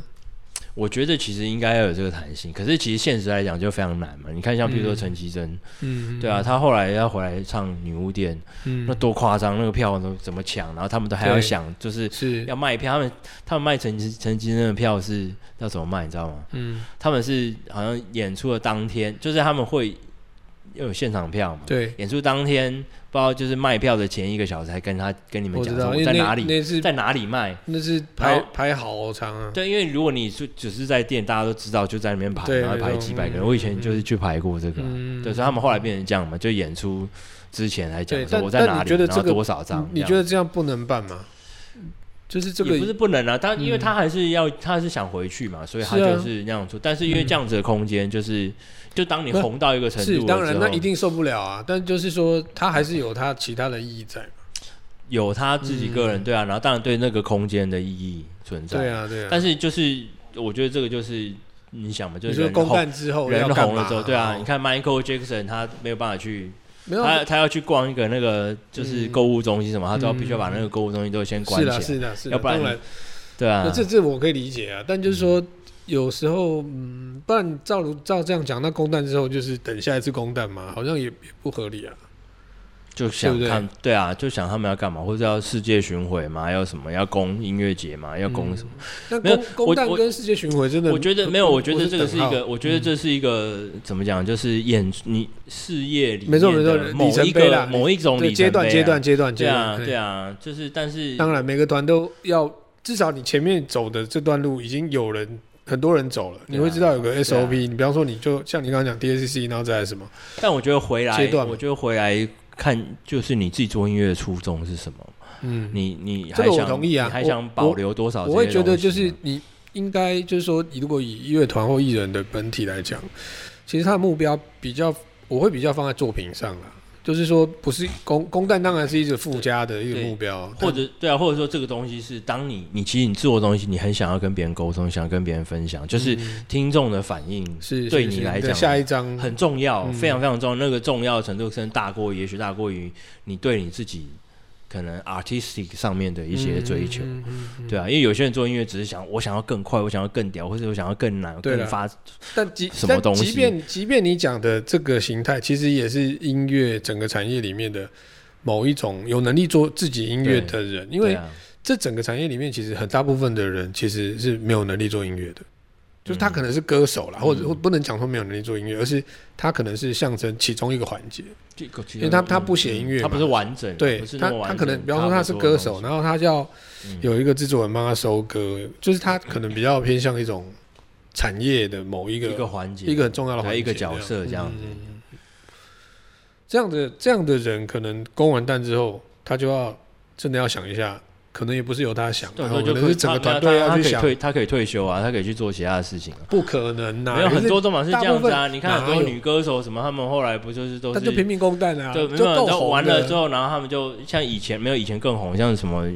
S1: 我觉得其实应该要有这个弹性，可是其实现实来讲就非常难嘛。你看，像比如说陈绮贞，
S2: 嗯，
S1: 对啊，她后来要回来唱女巫店，
S2: 嗯，
S1: 那多夸张，那个票都怎么抢？然后他们都还要
S2: 对
S1: 想，就是
S2: 是，
S1: 要卖票，他们他们卖陈绮陈绮贞的票是要怎么卖，你知道吗？
S2: 嗯，
S1: 他们是好像演出的当天，就是他们会又有现场票嘛。
S2: 对，
S1: 演出当天，不知道就是卖票的前一个小时，还跟他跟你们
S2: 我
S1: 讲
S2: 知
S1: 说
S2: 道，
S1: 我
S2: 因
S1: 在
S2: 为
S1: 哪
S2: 那
S1: 里，
S2: 那是
S1: 在哪里卖。
S2: 那是排
S1: 然后
S2: 排好长啊，
S1: 对，因为如果你就只是在店，大家都知道，就在那边排，
S2: 对
S1: 然后排
S2: 没错
S1: 几百个人。
S2: 嗯
S1: 我以前就是去排过这个啊，
S2: 嗯
S1: 对，所以他们后来变成这样嘛，就演出之前还讲
S2: 对
S1: 说
S2: 但
S1: 我在哪
S2: 但你
S1: 里，
S2: 觉得
S1: 然后
S2: 这个
S1: 多少张，这
S2: 你
S1: 样
S2: 觉得这样不能办吗？就是这个嗯
S1: 也不是不能啊，他因为他还是要，他是想回去嘛，所以他
S2: 是啊
S1: 就是那样做。但是因为这样子的空间，就是就当你
S2: 不是
S1: 红到一个程度
S2: 是
S1: 了
S2: 当然，
S1: 之
S2: 那
S1: 后
S2: 一定受不了啊。但就是说，它还是有它其他的意义在嘛。
S1: 有他自己个人、对啊，然后当然对那个空间的意义存在。
S2: 嗯对啊，对啊。
S1: 但是就是我觉得这个就是你想嘛，就
S2: 你
S1: 是
S2: 说
S1: 人
S2: 公
S1: 红
S2: 干之后哦要
S1: 人
S2: 干
S1: 红
S2: 嘛
S1: 了之后，对啊，你
S2: 哦
S1: 看 Michael Jackson 他没有办法去，
S2: 没有
S1: 他他要去逛一个那个就是
S2: 嗯
S1: 购物中心什么，他都要
S2: 嗯
S1: 必须要把那个购物中心都先关
S2: 是的，
S1: 起来，
S2: 是的，是
S1: 要
S2: 的。
S1: 不然
S2: 当然，
S1: 对啊
S2: 那，这这我可以理解啊。但就是说，有时候嗯，不然照如照这样讲，那公蛋之后就是等下一次公蛋嘛，好像也也不合理啊。
S1: 就想
S2: 对不对
S1: 看对啊，就想他们要干嘛，或者要世界巡回嘛，要什么，要攻音乐节嘛，要
S2: 嗯
S1: 攻什么？
S2: 那
S1: 没有
S2: 公
S1: 我
S2: 公蛋
S1: 我
S2: 跟世界巡回真的，
S1: 我觉得没有，我觉得这个
S2: 等
S1: 是一
S2: 号嗯
S1: 个，我觉得这是一个怎么讲，就是演你事业里
S2: 没
S1: 面
S2: 错没错
S1: 的某
S2: 里程
S1: 一
S2: 碑啦
S1: 个某一种
S2: 对
S1: 里
S2: 阶
S1: 程
S2: 段
S1: 碑
S2: 阶
S1: 啊
S2: 段。阶段阶
S1: 对啊，
S2: 段，
S1: 对啊，就是，但是
S2: 当然，每个团都要，至少你前面走的这段路已经有人很多人走了，你会知道有个 SOP、你比方说，你就像你刚刚讲 DSC，然后再来什么？
S1: 但我觉得回来
S2: 阶，段嘛
S1: 我觉得回来看，就是你自己做音乐的初衷是什么？
S2: 嗯，
S1: 你你还
S2: 这个我
S1: 想
S2: 同意啊
S1: 你还
S2: 我
S1: 想保留多少这
S2: 我
S1: 些
S2: 会觉得
S1: 东西
S2: 就
S1: 吗
S2: 是你应该就是说，你如果以乐团或艺人的本体来讲，其实他的目标比较，我会比较放在作品上啦。就是说，不是公公蛋当然是一个附加的一个
S1: 对
S2: 目标，
S1: 或者对啊，或者说这个东西是当你你其实你做的东西，你很想要跟别人沟通，想跟别人分享，就是听众的反应
S2: 但是
S1: 对
S2: 是
S1: 你
S2: 是
S1: 来
S2: 对
S1: 讲
S2: 下一张
S1: 很重要，
S2: 嗯嗯
S1: 非常非常重要。那个重要程度甚至大过，也许大过于你对你自己可能 artistic 上面的一些追求。
S2: 嗯嗯嗯嗯
S1: 对啊，因为有些人做音乐只是想我想要更快，我想要更屌，或者我想要更难、
S2: 对啦啊
S1: 更发
S2: 但即
S1: 什么
S2: 但
S1: 东西
S2: 即便即便你讲的这个形态，其实也是音乐整个产业里面的某一种有能力做自己音乐的人，因
S1: 对
S2: 为
S1: 啊
S2: 这整个产业里面，其实很大部分的人其实是没有能力做音乐的。就是他可能是歌手啦，或者或不能讲说没有能力做音乐，而是他可能是象征其中一个环节。
S1: 这个其实
S2: 因为他他不写音乐
S1: 他
S2: 嘛
S1: 不是完整的，
S2: 对
S1: 不是
S2: 他
S1: 那么，完
S2: 他
S1: 整
S2: 可能比方说他是歌手，，然后他要有一个制作人帮他收歌，就是他可能比较偏向一种产业的某一
S1: 一个
S2: 个
S1: 环节，
S2: 一个很重要的环
S1: 对
S2: 节
S1: 一个角色
S2: 这样嗯
S1: 这样子，
S2: 这样的这样的人，可能攻完蛋之后，他就要真的要想一下，可能也不是由他想，
S1: 对，
S2: 然
S1: 所
S2: 后
S1: 以就可
S2: 可能
S1: 以
S2: 啊是整个
S1: 他
S2: 团队
S1: 他
S2: 要
S1: 可
S2: 去
S1: 以
S2: 想，
S1: 退，他可以退休啊，他可以去做其他的事情啊。
S2: 不可能呐、
S1: 没有
S2: 可是
S1: 很多都嘛是这样子啊，你看
S2: 哪
S1: 很多
S2: 有
S1: 女歌手什么，他们后来不就是都
S2: 他就是拼命攻蛋啊，
S1: 对，没
S2: 就
S1: 有
S2: 够
S1: 然后
S2: 红
S1: 完了之
S2: 后，
S1: 后，然后他们就像以前没有以前更红，像什么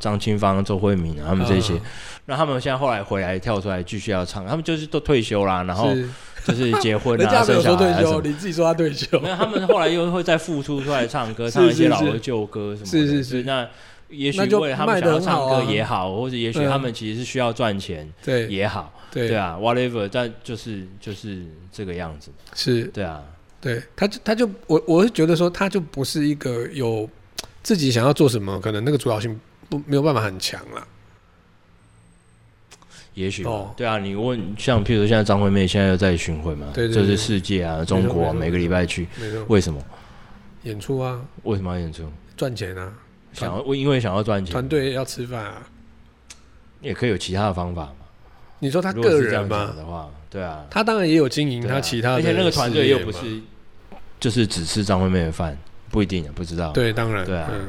S1: 张清芳、周慧敏啊，他们这些
S2: 嗯，
S1: 那、他们现在后来回来跳出来继续要唱，他们就是都退休啦，然后
S2: 是
S1: 就是结婚
S2: 人
S1: 啊，
S2: 家没
S1: 生
S2: 有
S1: 小
S2: 说退
S1: 孩啊什
S2: 休，
S1: 么的。
S2: 你自己说他退 休
S1: 没，有，他们后来又会再复出出来唱歌，
S2: 是
S1: 唱一些
S2: 是
S1: 老
S2: 是
S1: 歌、旧歌什么的。
S2: 是是
S1: 所以
S2: 是
S1: 那也许
S2: 那就
S1: 为了他们
S2: 卖
S1: 想
S2: 得
S1: 要
S2: 很
S1: 唱
S2: 好
S1: 歌
S2: 啊
S1: 也好，或者也许
S2: 嗯
S1: 他们其实是需要赚钱
S2: 对
S1: 也好，对
S2: 对
S1: 啊，whatever，但就是就是这个样子，
S2: 是，
S1: 对啊，
S2: 对，他就他就我我是觉得说，他就不是一个有自己想要做什么，可能那个主导性不没有办法很强啦。
S1: 也许吧、
S2: 哦
S1: 对啊，你问像譬如说现在张惠妹现在又在巡回嘛，
S2: 对对
S1: 就是
S2: 对
S1: 世界啊，中国啊、
S2: 没错
S1: 每个礼拜去，
S2: 没错，
S1: 为什么？
S2: 演出啊，
S1: 为什么要演出？
S2: 赚钱啊，
S1: 想要因为想要赚钱
S2: 团，队要吃饭啊。
S1: 也可以有其他的方法嘛。
S2: 你说他
S1: 如果
S2: 个
S1: 是这
S2: 人
S1: 样讲
S2: 嘛，
S1: 的话，对啊，
S2: 他当然也有经营
S1: 对啊
S2: 他其他的，
S1: 而且那个团队又不，是就是只吃张惠妹的饭，不一定啊，不知道。
S2: 对，当然，
S1: 对啊
S2: 嗯，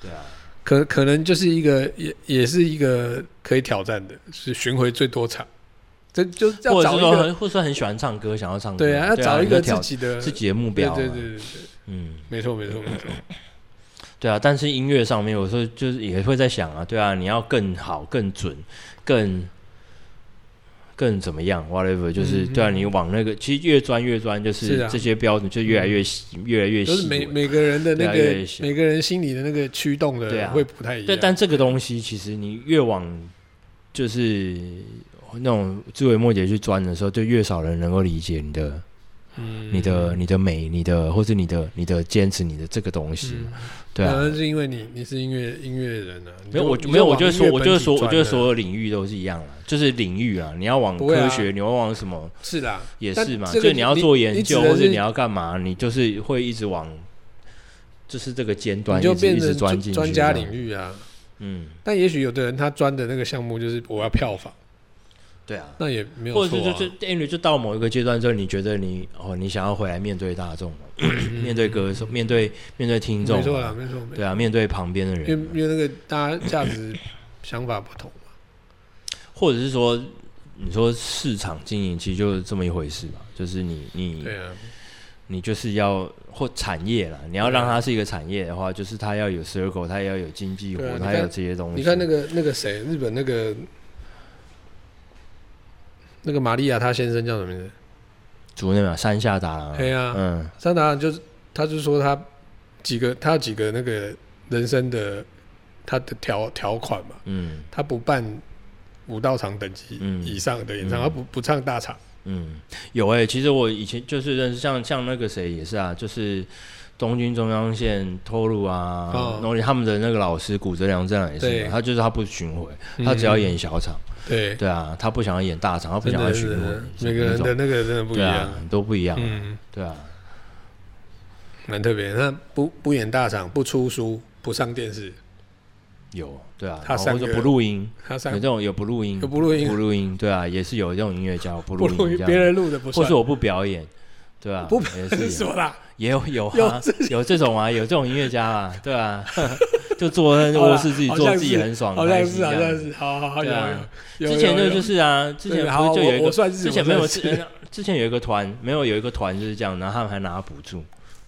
S1: 对啊，
S2: 可可能就是一个也也是一个可以挑战的，是巡回最多场，这就是要
S1: 或者
S2: 找
S1: 是
S2: 一
S1: 说
S2: 个
S1: 很，或者说很喜欢唱歌，想要唱歌，
S2: 对啊，要找一
S1: 你就
S2: 个
S1: 挑
S2: 自己的
S1: 自己的目
S2: 对
S1: 标啊，
S2: 对对对，对
S1: 嗯。
S2: 没错没错没错，
S1: 对啊，但是音乐上面，有时候就是也会在想啊，对啊，你要更好、更准、更更怎么样，whatever，就是、
S2: 嗯
S1: 对啊，你往那个其实越钻越钻，就是
S2: 是啊
S1: 这些标准就越来越细，越来越细
S2: 就
S1: 微。
S2: 是每每个人的那
S1: 越来
S2: 个
S1: 越小
S2: 每个人心里的那个驱动
S1: 对啊
S2: 的会不太一样。
S1: 对，但这个东西其实你越往就是那种枝微末节去钻的时候，就越少人能够理解你的、
S2: 嗯
S1: 你的、你的美、你的或是你的、你的坚持、你的这个东西，
S2: 嗯，
S1: 对啊。
S2: 当然是因为你你是音乐音乐人啊。你
S1: 没有，
S2: 就
S1: 我
S2: 你
S1: 就没有，我
S2: 往
S1: 就是
S2: 音
S1: 说，
S2: 乐
S1: 我
S2: 本
S1: 就是
S2: 体
S1: 说，我
S2: 钻
S1: 就是
S2: 了
S1: 所有领域都是一样啦，就是领域啊，你要往
S2: 不会
S1: 科
S2: 啊
S1: 学，你要往什么
S2: 是啦，
S1: 也
S2: 但
S1: 是嘛，
S2: 这
S1: 就
S2: 个
S1: 是你要
S2: 你
S1: 做研
S2: 你
S1: 究
S2: 指的
S1: 或者
S2: 是
S1: 你要干嘛，你就是会一直往，就是这个尖端
S2: 你
S1: 啊一
S2: 就
S1: 直一
S2: 变
S1: 直
S2: 成
S1: 钻
S2: 专
S1: 进去，
S2: 专家领，域啊。
S1: 嗯，
S2: 但也许有的人他钻的那个项目就是我要票房，
S1: 对啊，
S2: 那也没有
S1: 或者
S2: 错
S1: 是
S2: 啊。
S1: 就就因为就到某一个阶段之后，你觉得你哦，你想要回来面对大众嘛，面对歌手，面对面对听众
S2: 嗯没错啦，
S1: 嘛，
S2: 没错，没错
S1: 对啊，面对旁边的
S2: 因为
S1: 人嘛，
S2: 因为那个大家价值想法不同嘛。
S1: 或者是说，你说市场经营其实就是这么一回事吧，就是你你
S2: 对啊，
S1: 你就是要或产业啦，你要让它是一个产业的话，就是它要有 circle，它要有经济活
S2: 对啊，你
S1: 它
S2: 看
S1: 要有这些东西。
S2: 你看那个那个谁，日本那个那个玛利亚，她先生叫什么名字？
S1: 主任嘛，山下达郎啊，
S2: 对啊，
S1: 嗯，
S2: 桑达就是他就说他几个他有几个那个人生的他的条条款嘛，
S1: 嗯
S2: 他不办武道场等级
S1: 嗯
S2: 以上的演唱，
S1: 嗯
S2: 他不不唱大场。
S1: 嗯，有哎、其实我以前就是认识像像那个谁也是啊，就是东京中央线透露啊，
S2: 哦
S1: 然后他们的那个老师古泽良正郎也是
S2: 对嗯
S1: 嘛，他就是他不巡回，他只要演小场，
S2: 对，
S1: 对啊，他不想要演大场，他不
S2: 真
S1: 想要
S2: 的
S1: 巡
S2: 是
S1: 回，
S2: 每个人
S1: 那
S2: 的
S1: 种
S2: 那个真的不一
S1: 对啊
S2: 样，
S1: 都不一样，
S2: 嗯，
S1: 对啊，
S2: 蛮特别。他不不演大场，不出书，不上电视，
S1: 有对啊，
S2: 他
S1: 然后
S2: 三
S1: 或者
S2: 个
S1: 不录音。
S2: 他
S1: 有
S2: 上
S1: 这种有不录音，
S2: 又不录音
S1: 不，录音，对啊，也是有这种音乐家我不
S2: 不
S1: 录
S2: 录
S1: 音
S2: 音
S1: 这，样，
S2: 别人录的不
S1: 或
S2: 算
S1: 是。我不表演，对啊，
S2: 不
S1: 也
S2: 是
S1: 是有
S2: 说啦，
S1: 也有有
S2: 有
S1: 啊，有这种啊，有这种音乐家啊，对 啊，就坐在
S2: 好啦
S1: 卧室自己
S2: 好
S1: 做
S2: 像
S1: 自己
S2: 是
S1: 很爽，
S2: 好
S1: 开
S2: 像
S1: 心
S2: 是，好
S1: 这样
S2: 像是，好好好，
S1: 对
S2: 有
S1: 啊
S2: 有有有有。
S1: 之前那
S2: 有
S1: 个就是啊，之前
S2: 对
S1: 不
S2: 好
S1: 是就有一
S2: 我我
S1: 个，
S2: 算是
S1: 之前没有，
S2: 我算 是
S1: 之之前有一个团，没有有一个团就是这样，然后他们还拿补助，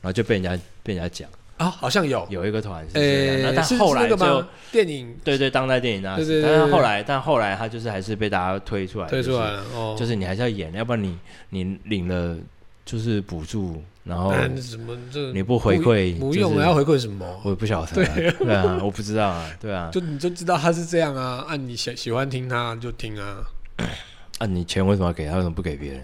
S1: 然后就被人家被人家讲，
S2: 啊，好像有，
S1: 有一个团是这样，
S2: 诶
S1: 然后，但
S2: 是
S1: 后
S2: 是
S1: 来
S2: 那个
S1: 就
S2: 吗？电影
S1: 对对当代电影大
S2: 对
S1: 师，
S2: 对对
S1: 但是
S2: 对
S1: 后来但后来他就是还是被大家推出来，
S2: 推出
S1: 就是
S2: 来了哦，
S1: 就是你还是要演，要不然你你领了就是补助，然后
S2: 哎那什么这
S1: 你不回馈，
S2: 嗯不
S1: 就是
S2: 用了，要回馈什么？
S1: 我也不晓得啊，对啊，我不知道啊，对啊，
S2: 就你就知道他是这样啊，按你喜喜欢听他就听啊，
S1: 啊，你钱为什么要给他，为什么不给别人？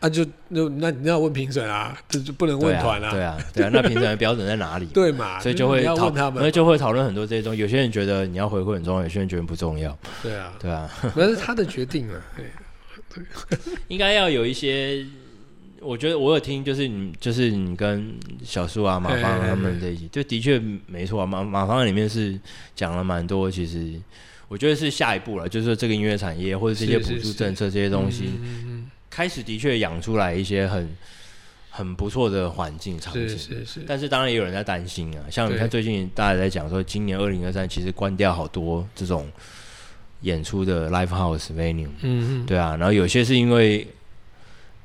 S2: 啊就那那你要问评审啊，这就不能
S1: 对
S2: 问
S1: 啊啊
S2: 团，
S1: 对啊，对啊，那评审的标准在 哪里？
S2: 对嘛？
S1: 所以
S2: 是
S1: 就会
S2: 你要
S1: 讨，
S2: 问他
S1: 所以
S2: 们，
S1: 就会讨论很多这些东西。有些人觉得你要回馈很重要，有些人觉得不重要，
S2: 对啊，
S1: 对啊，
S2: 那是他的决定啊，对
S1: 应该要有一些。我觉得我有听，就是你，就是你跟小树啊、马芳啊
S2: 嘿嘿嘿
S1: 他们在一起，就的确没错啊。马马芳里面是讲了蛮多，其实我觉得是下一步了，就是说这个音乐产业或者这些补
S2: 是是
S1: 助
S2: 是
S1: 政策这些东西，
S2: 嗯嗯
S1: 开始的确养出来一些很很不错的环境
S2: 嗯
S1: 场景。
S2: 是是是，
S1: 但是当然也有人在担心啊，像你
S2: 对
S1: 看最近大家在讲说，今年二零二三其实关掉好多这种演出的 live house venue，
S2: 嗯嗯，
S1: 对啊，然后有些是因为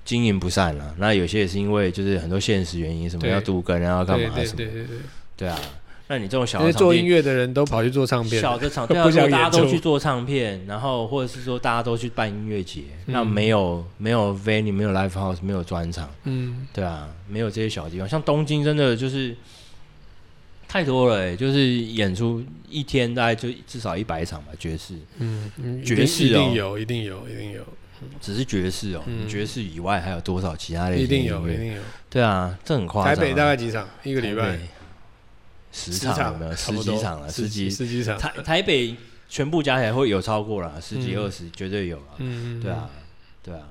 S1: 经营不善了、啊那有些也是因为就是很多现实原因，什么
S2: 对
S1: 要都跟啊，要干
S2: 对
S1: 嘛
S2: 对
S1: 什么，
S2: 对对对，
S1: 对啊，那你这种小
S2: 因
S1: 的
S2: 为
S1: 场
S2: 做
S1: 地
S2: 音乐的人都跑去做唱片了，
S1: 小的场，对啊，
S2: 不
S1: 如
S2: 想
S1: 果大家
S2: 演出
S1: 都去做唱片，然后或者是说大家都去办音乐节，
S2: 嗯
S1: 那没有没有 venue，没有 live house，没有专场，
S2: 嗯，
S1: 对啊，没有这些小地方，像东京真的就是太多了、欸，就是演出一天大概就至少一百场吧，爵士，
S2: 嗯，嗯
S1: 爵士
S2: 一定
S1: 哦
S2: 有，一定有，一定有，
S1: 只是爵士哦、
S2: 嗯
S1: 爵士以外还有多少其他类型
S2: 一
S1: 的
S2: 定
S1: 音乐？
S2: 有，一定有。
S1: 对啊，这很夸张啊、
S2: 台北大概几场？一
S1: 一
S2: 个礼拜
S1: 十场有没有？
S2: 差
S1: 十
S2: 不多
S1: 几场了，啊
S2: 十
S1: 十几
S2: 十几场。
S1: 台台北全部加起来会有超过了十几
S2: 嗯
S1: 二十，绝对有了。
S2: 嗯，
S1: 对啊，对啊。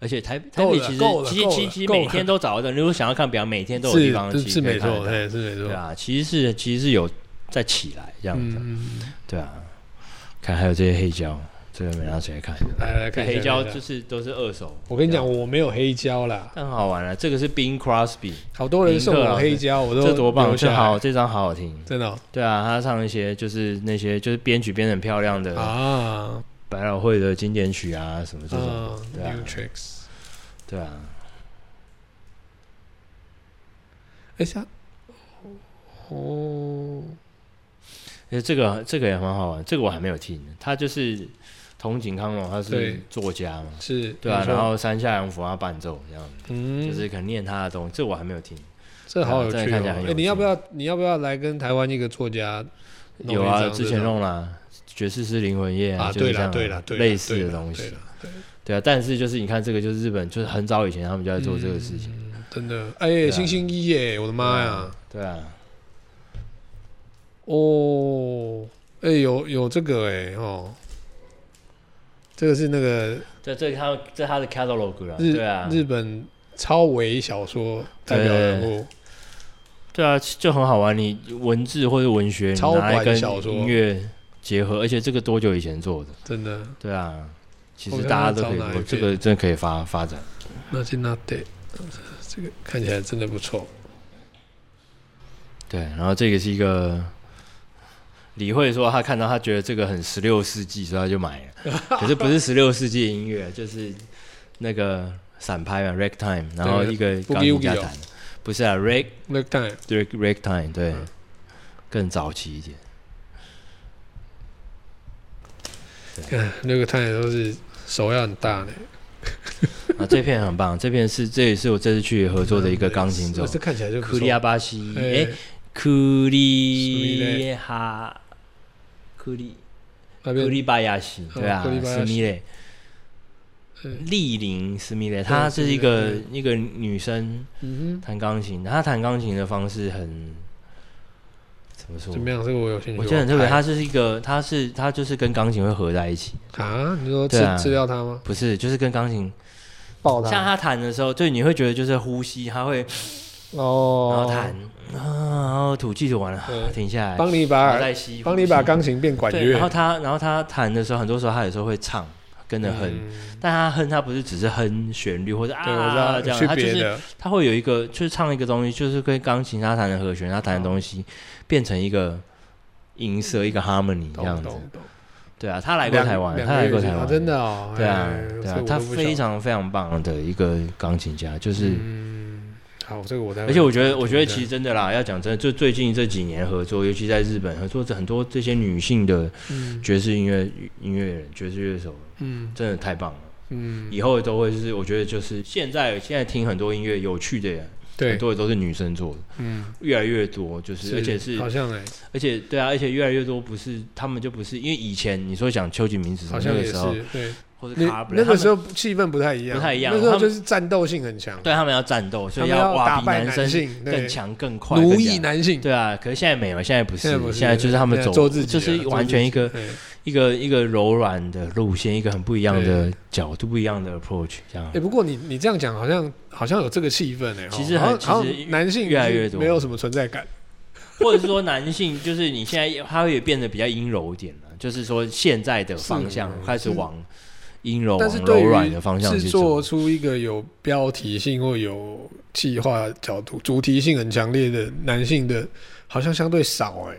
S1: 而且台台
S2: 够
S1: 北
S2: 了
S1: 其实
S2: 够了
S1: 其实
S2: 够了
S1: 其实其实
S2: 够了
S1: 每天都找得到，如果想要看表演，每天
S2: 嗯，
S1: 都有地方
S2: 是
S1: 去
S2: 是是没
S1: 可以看得
S2: 错，
S1: 到
S2: 嘿，是没错。
S1: 对啊，其实是其实是有在起来这样子，
S2: 嗯，嗯嗯
S1: 对啊。看还有这些黑胶，这个没拿谁看，
S2: 来来看一下
S1: 黑胶
S2: 看一下
S1: 就是都是二手，
S2: 我跟你讲，我没有黑胶啦，
S1: 但很好玩了。啊这个是 Bing Crosby，
S2: 好多人送
S1: 林克
S2: 我
S1: 老师
S2: 黑胶，我都
S1: 这多棒，
S2: 留下
S1: 这
S2: 来
S1: 好，，这张好好听。
S2: 真的哦
S1: 对啊，他唱一些就是那些就是编曲编得很漂亮的
S2: 啊，
S1: 百老汇的经典曲啊，什么这种，
S2: 嗯
S1: 对啊
S2: ，New Tricks，
S1: 对啊，
S2: 哎，像哦，
S1: 其实这个这个也蛮好玩，这个我还没有听。他就是筒井康隆，他是
S2: 对
S1: 作家嘛，
S2: 是，
S1: 对啊
S2: 没，错
S1: 然后山下洋辅他啊伴奏这样子，
S2: 嗯，
S1: 就是可能念他的东西，这我还没有听。
S2: 这好有趣
S1: 对啊真的看起来很
S2: 哦
S1: 有！
S2: 哎，
S1: 趣
S2: 你要不要你要不要来跟台湾一个作家弄
S1: 有
S2: 一
S1: 啊，
S2: 张
S1: 之
S2: 这
S1: 前
S2: 种
S1: 弄啦，爵士是灵魂夜
S2: 啊，
S1: 就是
S2: 对
S1: 这样
S2: 了
S1: 啊
S2: 对了对啦，
S1: 类似
S2: 对
S1: 的
S2: 啦
S1: 东
S2: 对
S1: 西
S2: 啦，
S1: 对啊。但是就是你看这个，就是日本，就是很早以前他们就在做这个事情，
S2: 真的
S1: 对
S2: 哎，
S1: 啊
S2: 星星一耶，我的嗯妈呀！
S1: 对啊，
S2: 哦，哎，有有这个哎哦，这个是那个
S1: 啊这这他这他的 catalog 啦，
S2: 日
S1: 对啊，
S2: 日本超维小说代表人物，
S1: 对啊，就很好玩。你文字或者文学，你
S2: 超
S1: 拿来
S2: 管
S1: 跟
S2: 小说
S1: 音乐结合，而且这个多久以前做的？
S2: 真的。
S1: 对啊，其
S2: 我
S1: 实
S2: 看
S1: 大家
S2: 看
S1: 都
S2: 找
S1: 可以
S2: 哪
S1: 做，
S2: 一
S1: 这
S2: 篇
S1: 个真的可以发发展。
S2: 那今那得这个看起来真的不错，
S1: 对，然后这个是一个李慧说，她看到她觉得这个很十六世纪，所以她就买 了。可是不是十六世纪的音乐，就是那个散拍嘛 r a g time，然后一个钢琴家
S2: Boogie Woogie 哦
S1: 弹的，不是啊 r a g
S2: 那个当然
S1: r a g r a g time，对
S2: 嗯，
S1: 更早期一点。
S2: 看 那个当然都是手要很大呢。
S1: 啊，这片很棒，这片是这也是我这次去合作的一个钢琴手
S2: 这，看起来就不
S1: 库
S2: 错
S1: 利亚巴西，
S2: 哎
S1: 哎，，库利哈，库利
S2: 那
S1: 库
S2: 边
S1: 利巴亚西，对啊
S2: 库利，巴亚西
S1: 斯米雷
S2: 嗯，
S1: 丽玲斯米雷，
S2: 对
S1: 她是一
S2: 斯
S1: 个
S2: 米
S1: 一个女生
S2: 嗯
S1: 弹钢琴，她弹钢琴的方式很怎么
S2: 哼，
S1: 说
S2: 怎？么样？这个我有兴趣。
S1: 我觉得很特别，她就是一个，她是她就是跟钢琴会合在一起，
S2: 他啊，你说吃
S1: 对啊
S2: 吃掉它吗？
S1: 不是就是跟钢琴，
S2: 爆
S1: 像她弹的时候，对你会觉得就是呼吸，她会然
S2: 哦，
S1: 后弹，啊然后吐气吐完了
S2: 对
S1: 停下来，
S2: 帮你
S1: 然后
S2: 把
S1: 再吸，
S2: 帮你把钢琴变管
S1: 对，
S2: 乐
S1: 然后，他，然后他弹的时候，很多时候他有时候会唱，跟着哼。
S2: 嗯
S1: 但他哼，他不是只是哼旋律或者
S2: 对，我知
S1: 啊
S2: 道
S1: 这样，
S2: 去
S1: 他就
S2: 别
S1: 是
S2: 的，
S1: 他会有一个，就是唱一个东西，就是跟钢琴他弹的和弦，他弹的东西变成一个音色，一个 harmony 这
S2: 懂
S1: 样子。
S2: 懂懂。
S1: 对啊，他来过台湾，
S2: 两
S1: 他来过台
S2: 两个月以前啊
S1: 湾，
S2: 真。的哦，
S1: 对啊
S2: 哎，
S1: 对
S2: 这
S1: 啊
S2: 我，
S1: 他
S2: 都不
S1: 非
S2: 晓得
S1: 常非常棒的一个钢琴家，就是，
S2: 嗯，好，这个我待会
S1: 而且我觉得，我觉得
S2: 听
S1: 其
S2: 一
S1: 实
S2: 下
S1: 真的啦，要讲真的，就最近这几年合作，尤其在日本合作很多这些女性的
S2: 嗯
S1: 爵士音乐音乐人、爵士乐手，
S2: 嗯
S1: 真的太棒了。
S2: 嗯，
S1: 以后都会是，我觉得就是现在现在听很多音乐有趣的人，很
S2: 对，
S1: 多也都是女生做的，
S2: 嗯，
S1: 越来越多，就是而且是
S2: 好像哎，
S1: 而且对啊，而且越来越多不是他们就不是因为以前你说讲秋瑾名字什
S2: 好
S1: 么
S2: 像
S1: 那个
S2: 也
S1: 时候，
S2: 是对。
S1: 或者
S2: 那
S1: Carb
S2: 那个时
S1: 候
S2: 候气氛不太一样，
S1: 不太一样
S2: 那时候
S1: 他
S2: 就
S1: 们
S2: 是战斗性很强，
S1: 对他们要战斗，所以
S2: 他们要
S1: 哇
S2: 打
S1: 比
S2: 败
S1: 男生
S2: 性，对
S1: 更强更快，
S2: 奴
S1: 更
S2: 役
S1: 强
S2: 男性。
S1: 对啊，可是现在没有，现在不是
S2: 现在不，是
S1: 现在就是他们
S2: 现在
S1: 走
S2: 做自己
S1: 就
S2: 啊
S1: 是完全一个
S2: 对
S1: 一个一个柔软的路线，一个很不一样的角度，不一样的 approach，这样
S2: 哎、。不过你你这样讲，好像好像有这个气氛哎、
S1: 其实
S2: 好
S1: 很
S2: 像好
S1: 其实
S2: 像男性
S1: 越来越多
S2: 没有什么存在感，
S1: 或者是说男性，就是你现在他会变得比较阴柔一点了，就是说现在的方向
S2: 是
S1: 开始往阴柔、
S2: 但是
S1: 往
S2: 对
S1: 柔
S2: 于
S1: 软的方向
S2: 是
S1: 去
S2: 做
S1: 走。
S2: 出一个有标题性或有计划角度、主题性很强烈的男性的，好像相对少哎、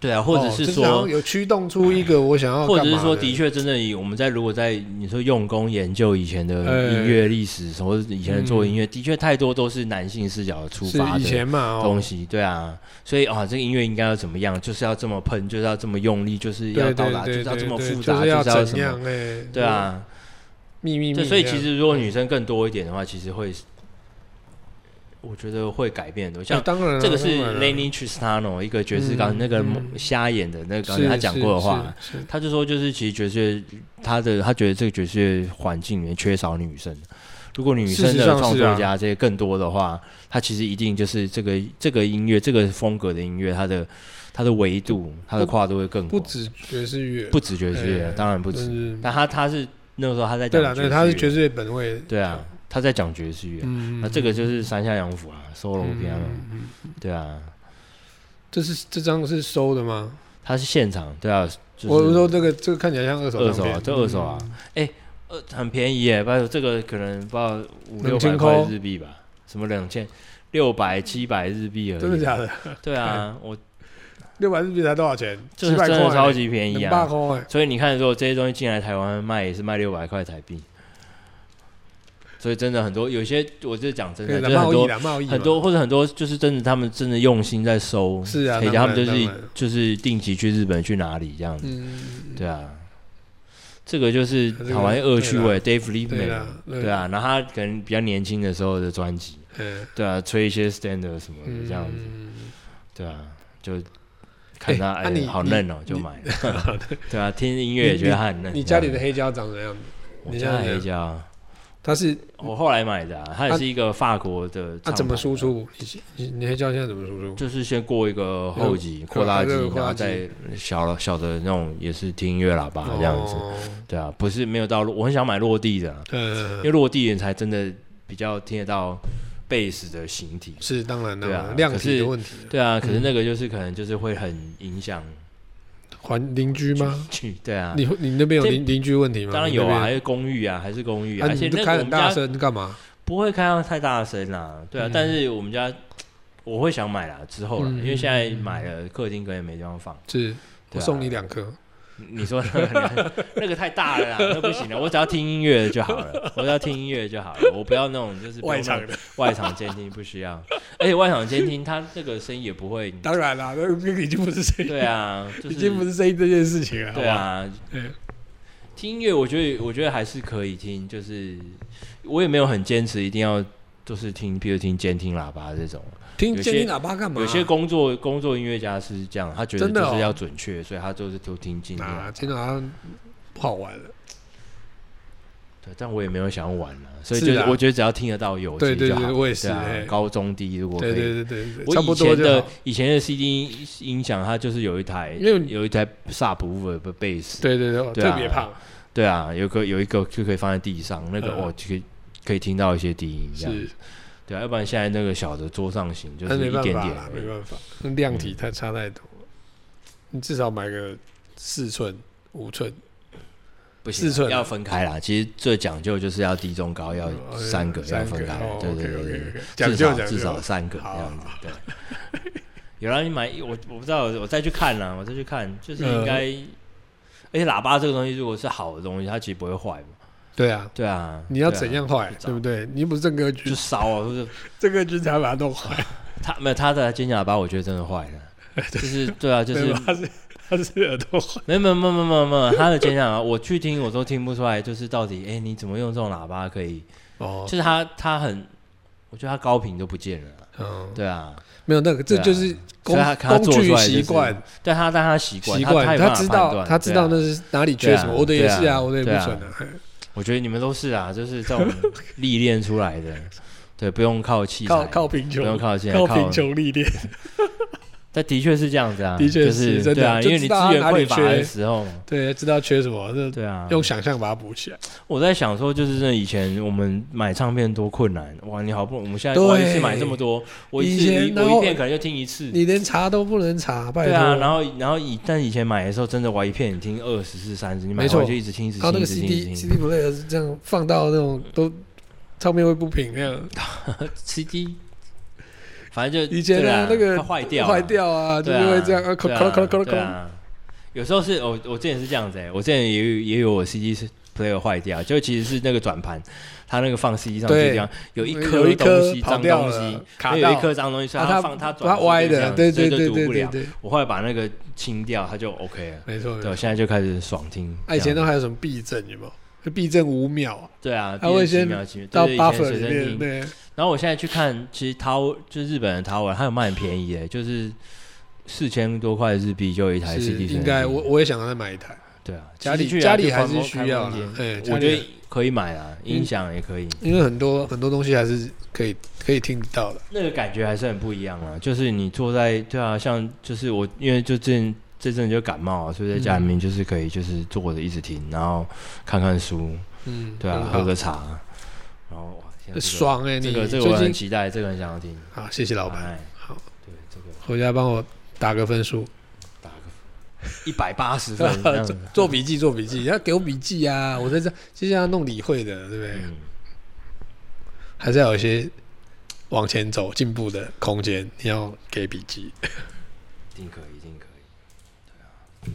S1: 对啊，或者
S2: 欸哦
S1: 是
S2: 就是
S1: 说，
S2: 想要有驱动出 一个我想要干
S1: 或
S2: 嘛，
S1: 者是说，的，确，真正以我们在如果在你说用功研究以前的
S2: 哎嗯
S1: 音乐历史，或者是以前的做音乐，的确太多都是男性视角出
S2: 是
S1: 发
S2: 以
S1: 的
S2: 前嘛，哦
S1: 东西，对啊，所以啊，这个音乐应该要怎么样，就是要这么喷，就是要这么用力，就是要
S2: 对
S1: 到
S2: 对
S1: 达，就
S2: 对
S1: 是要这么
S2: 对对
S1: 复
S2: 就
S1: 杂，
S2: 是要
S1: 什
S2: 怎
S1: 么，
S2: 样哎，
S1: 对，啊，
S2: 秘密，
S1: 对，
S2: 秘
S1: 所以
S2: 密
S1: 其
S2: 这
S1: 实
S2: 样嗯
S1: 如果女生更多一点的话，其实会，我觉得会改变很多，像
S2: 哎。当然啊
S1: 这个是
S2: 当然啊
S1: Lenny Tristano 一个爵士
S2: 嗯
S1: 钢琴那个
S2: 嗯
S1: 瞎眼的那个钢琴，
S2: 是
S1: 他讲过的话，，
S2: 是是
S1: 他就说，就是其实爵士乐，他的他觉得这个爵士乐环境里面缺少女生。如果女生
S2: 事
S1: 的
S2: 实上是啊
S1: 创作家这些更多的话，他其实一定就是这个这个音乐这个风格的音乐，它的它的维度、它的跨度会更
S2: 不
S1: 广，
S2: 止爵士乐，
S1: 嗯不止爵士乐，
S2: 哎
S1: 当然不
S2: 但
S1: 止。
S2: 是
S1: 但他他是那个时候他在
S2: 对
S1: 讲
S2: 啦，
S1: 爵士
S2: 对，
S1: 乐，
S2: 他是爵士乐本位，
S1: 对啊，他在讲爵士乐。
S2: 嗯，嗯，
S1: 那这个就是山下洋辅啊，solo
S2: 嗯
S1: piano，
S2: 嗯嗯
S1: 对啊，
S2: 这是这张是收的吗？
S1: 他是现场，对啊，就是
S2: 我我说这个这个看起来像二手
S1: 二
S2: 唱
S1: 手
S2: 片
S1: 啊，这二手啊，
S2: 嗯
S1: 呃，很便宜耶，拜托，这个可能不知道五六百
S2: 两千
S1: 块
S2: 块
S1: 日币吧，什么两千六百七百日币而已。
S2: 嗯真的假的？
S1: 对啊，我
S2: 六百日币才多少钱？
S1: 这
S2: 七
S1: 个
S2: 百
S1: 真的
S2: 块，
S1: 超级便宜
S2: 八
S1: 啊！
S2: 块哎，
S1: 所以你看，如果这些东西进来台湾卖，也是卖六百块台币。所以真的很多，有些我就讲真
S2: 可
S1: 的，就
S2: 以啦
S1: 是很
S2: 贸易
S1: 多
S2: 啦，贸易嘛
S1: 很多或者很多，就是真的他们真的用心在收，
S2: 是啊
S1: 可以
S2: 当
S1: 他们
S2: 然
S1: 就是
S2: 当然
S1: 就是定期去日本去哪里这样子，
S2: 嗯，
S1: 对啊，这个就是
S2: 这个
S1: 好玩恶趣味，Dave
S2: 对
S1: Liebman
S2: 啦，
S1: 对，啊，然后他可能比较年轻的时候的专辑，
S2: 嗯
S1: 对啊，吹一些 standard 什么的
S2: 嗯，
S1: 这样子，对啊，就看他
S2: 哎
S1: 哎、
S2: 啊你
S1: 好
S2: 你
S1: 嫩哦、就 买了，对啊，听音乐也觉得他很嫩。
S2: 你家里
S1: 这
S2: 的
S1: 样
S2: 黑胶长怎样？
S1: 我
S2: 你
S1: 家
S2: 家
S1: 的
S2: 里的
S1: 黑胶，
S2: 它是
S1: 我后来买的、啊，它也
S2: 啊
S1: 是一个法国的。
S2: 它怎么输？出？你你你黑胶现在怎么输出？
S1: 就是先过一个后
S2: 嗯
S1: 级扩大机，然后再小了小的那种，也是听音乐喇叭这样子。
S2: 哦，
S1: 对啊，不是没有到，我很想买落地的啊、因
S2: 呃，
S1: 为落地人才真的比较听得到贝斯的形体。
S2: 是当然
S1: 对啊
S2: 的，量
S1: 可
S2: 体
S1: 是
S2: 的问题，
S1: 对啊，可是那个就是可能就是会很影响
S2: 还邻居吗？
S1: 去，对啊，
S2: 你你那边有
S1: 这
S2: 邻邻居问题吗？
S1: 当然
S2: 你
S1: 有
S2: 那
S1: 啊，
S2: 边
S1: 还是公寓啊，还是公寓、
S2: 啊，
S1: 而且那
S2: 你就
S1: 个
S2: 开
S1: 我
S2: 很
S1: 们
S2: 大
S1: 家
S2: 声干嘛？
S1: 不会开到太大声啦，对啊，但是我们家我会想买啦，之后啦，
S2: 嗯
S1: 因为现在买了客厅可能也没地方放。
S2: 是
S1: 对啊
S2: 我送你两颗，
S1: 你说那个 那个太大了啦，那不行了，我只要听音乐就好 了，我只要听音乐就好了，我不要那种就是不用那种
S2: 的。
S1: 外场监听不需要， 而且外场监听它这个声音也不会，
S2: 当然啦，那个已经不是声 音，
S1: 对啊，就是
S2: 已经不是声音这件事情了。
S1: 对
S2: 好吧，
S1: 啊
S2: 对，
S1: 听音乐我觉得我觉得还是可以听，就是我也没有很坚持一定要就是听，比如听监听喇叭这种。
S2: 听
S1: 有些
S2: 监听喇叭干嘛？啊
S1: 有些工作工作音乐家是这样，他觉得
S2: 真的
S1: 就是
S2: 哦
S1: 要准确，所以他就是都听监听喇
S2: 啊，
S1: 叭。
S2: 监听喇叭不好玩了。
S1: 对，但我也没有想要玩啊，所以
S2: 是
S1: 就
S2: 啊
S1: 我觉得只要听得到有
S2: 对
S1: 其实就
S2: 对对
S1: 好
S2: 我也是
S1: 对啊
S2: 哎
S1: 高中低如果可
S2: 对
S1: 以。
S2: 对对对对，
S1: 我
S2: 差不
S1: 以
S2: 多
S1: 前
S2: 就
S1: 的
S2: 好。
S1: 以前的 CD 音音响，它就是有一台，
S2: 因为
S1: 有一台萨普乌的贝斯，
S2: 对对对，
S1: 对啊
S2: 特别胖，
S1: 对啊，有个有一个就可以放在地上，那个
S2: 嗯
S1: 哦就可以可以听到一些低音这样，
S2: 是，
S1: 对啊，要不然现在那个小的桌上型就是
S2: 但
S1: 一
S2: 没
S1: 点
S2: 办
S1: 点
S2: 法啦，
S1: 而
S2: 没
S1: 已，嗯
S2: 办法，那量体太差太多了。你至少买个四寸、五寸，
S1: 不行啊
S2: 四寸啊
S1: 要分开啦。其实最讲究就是要低中高要
S2: 哦
S1: 三个要
S2: 三哦
S1: 分开，对对
S2: OK
S1: 对对
S2: OK
S1: 对
S2: OK，，讲
S1: 至
S2: 究
S1: 少
S2: 讲究，
S1: 至少三个这样子
S2: 好，
S1: 对。有让你买我我不知道，我再去看啦，我再去看，就是应该，而且喇叭这个东西如果是好的东西，它其实不会坏嘛，
S2: 对啊，
S1: 对啊，
S2: 你要
S1: 对啊
S2: 怎样坏，
S1: 找
S2: 对不对？你又不是正规
S1: 就
S2: 军，
S1: 烧啊，或者
S2: 正规军才把它弄坏，
S1: 他没有他的尖喇叭，我觉得真的坏了，就是对啊，就是
S2: 对吧？他是 他是耳朵坏，
S1: 没有没有没有没有没有没有，他的尖叫，我去听我都听不出来，就是到底哎、你怎么用这种喇叭可以？
S2: 哦
S1: 就是他他很，我觉得他高频都不见了啊，
S2: 嗯，
S1: 对啊，
S2: 没有那个，这
S1: 对啊
S2: 就是
S1: 所
S2: 工
S1: 以他他
S2: 工
S1: 做出
S2: 具
S1: 来就是
S2: 习惯
S1: 但他但他习惯
S2: 习惯，
S1: 他
S2: 他
S1: 他
S2: 知道他知道那
S1: 那，
S2: 是哪里缺什
S1: 对
S2: 么，
S1: 啊
S2: 我的也是
S1: 对啊
S2: 啊，我的也不
S1: 对啊
S2: 准啊，嘿
S1: 我觉得你们都是啊，就是这种历练出来 的，对，不用靠器材，
S2: 哎靠靠贫
S1: 不用
S2: 穷，
S1: 啊靠器材，
S2: 靠贫穷 历练，
S1: 但的确是这样子啊，
S2: 的确
S1: 就是
S2: 真的
S1: 对啊，
S2: 就
S1: 因为你资
S2: 知道他
S1: 源
S2: 哪里
S1: 匮乏
S2: 缺
S1: 的时候 嘛，
S2: 对，啊知道缺什么，那
S1: 对啊，
S2: 用想象把它补起来，
S1: 我在想说，就是真的以前我们买唱片多困难哇！你好不容易，我们现在哇
S2: 对
S1: 一次买这么多，我一
S2: 以
S1: 次
S2: 前
S1: 一
S2: 然
S1: 我
S2: 后
S1: 一片可能就听一次，
S2: 你连查都不能查，拜
S1: 对啊，然
S2: 托。
S1: 后然后以但以前买的时候真的我一片你听二十次三十，你买
S2: 没错
S1: 回去一直听一直
S2: 然后
S1: 听
S2: 那
S1: 一
S2: 个
S1: 直听一
S2: CD
S1: 直
S2: CD
S1: 听
S2: player 是这样 放到那种都唱片会不平那样，
S1: CD 反正就
S2: 以前
S1: 对
S2: 啊
S1: 啦
S2: 那个
S1: 快坏掉了
S2: 坏掉啊，
S1: 对
S2: 就是
S1: 啊，
S2: 会这样，啊，
S1: 对
S2: 咯
S1: 啊
S2: 咯咯咯
S1: 对
S2: 咯，
S1: 啊有时候是我我之前是这样子、欸，我之前也有也有我 CD 是 player 坏掉，就其实是那个转盘，它那个放 CD 上去
S2: 对
S1: 这样，有一
S2: 有
S1: 颗
S2: 一
S1: 东
S2: 颗
S1: 西
S2: 跑
S1: 脏
S2: 掉
S1: 东
S2: 了
S1: 西，
S2: 卡
S1: 有一
S2: 到
S1: 颗脏东西，所以
S2: 啊
S1: 它
S2: 它
S1: 放它转
S2: 它歪的，对
S1: 所以
S2: 对
S1: 就
S2: 对
S1: 读
S2: 对
S1: 不
S2: 对
S1: 了。
S2: 对，
S1: 我后来把那个清掉，它就 OK 了。
S2: 没错。没
S1: 对，
S2: 错
S1: 我现在就开始爽听。
S2: 啊，以前
S1: 这
S2: 都
S1: 样
S2: 还有什么避震，有没有？就避震五秒啊，
S1: 对啊，
S2: 还会
S1: 第二
S2: 先
S1: 几秒几秒
S2: 到
S1: 对对以前
S2: buffer
S1: 随
S2: 里
S1: 身
S2: 面
S1: 听
S2: 对，
S1: 然后我现在去看，其实 Tower 就是日本的 Tower，它有卖很便宜诶，就是四千多块日币就有一台
S2: 是
S1: CD 随身听。
S2: 应该我我也想要再买一台，
S1: 对啊，
S2: 家里
S1: 其实去啊
S2: 家里
S1: 就
S2: 还
S1: 放
S2: 是
S1: 空
S2: 需
S1: 开
S2: 要
S1: 空
S2: 啦
S1: 间
S2: 哎家
S1: 我
S2: 里
S1: 觉
S2: 还
S1: 得可以买啊，
S2: 嗯
S1: 音响也可以，
S2: 因为很多很多东西还是可以可以听得到的。
S1: 那个感觉还是很不一样啊。就是你坐在对啊，像就是我，因为就之前这阵就感冒啊，所以在家里
S2: 嗯
S1: 面就是可以就是坐着一直听，然后看看书，
S2: 嗯，
S1: 对啊
S2: 很，好
S1: 喝个茶，然后哇，现在这个
S2: 爽哎，
S1: 这
S2: 你
S1: 个这
S2: 最
S1: 个我很
S2: 近
S1: 期待，这个很想要听。
S2: 好，谢谢老板，
S1: 哎
S2: 好，
S1: 对这个
S2: 回家帮我打个分数，
S1: 打个一百八十 分这样子，
S2: 做笔记做笔记，要给我笔记啊，我在这接下来要弄理会的，对不对？
S1: 嗯，
S2: 还是要有一些往前走进步的空间，你要给笔记。
S1: 一定可以，一定可以。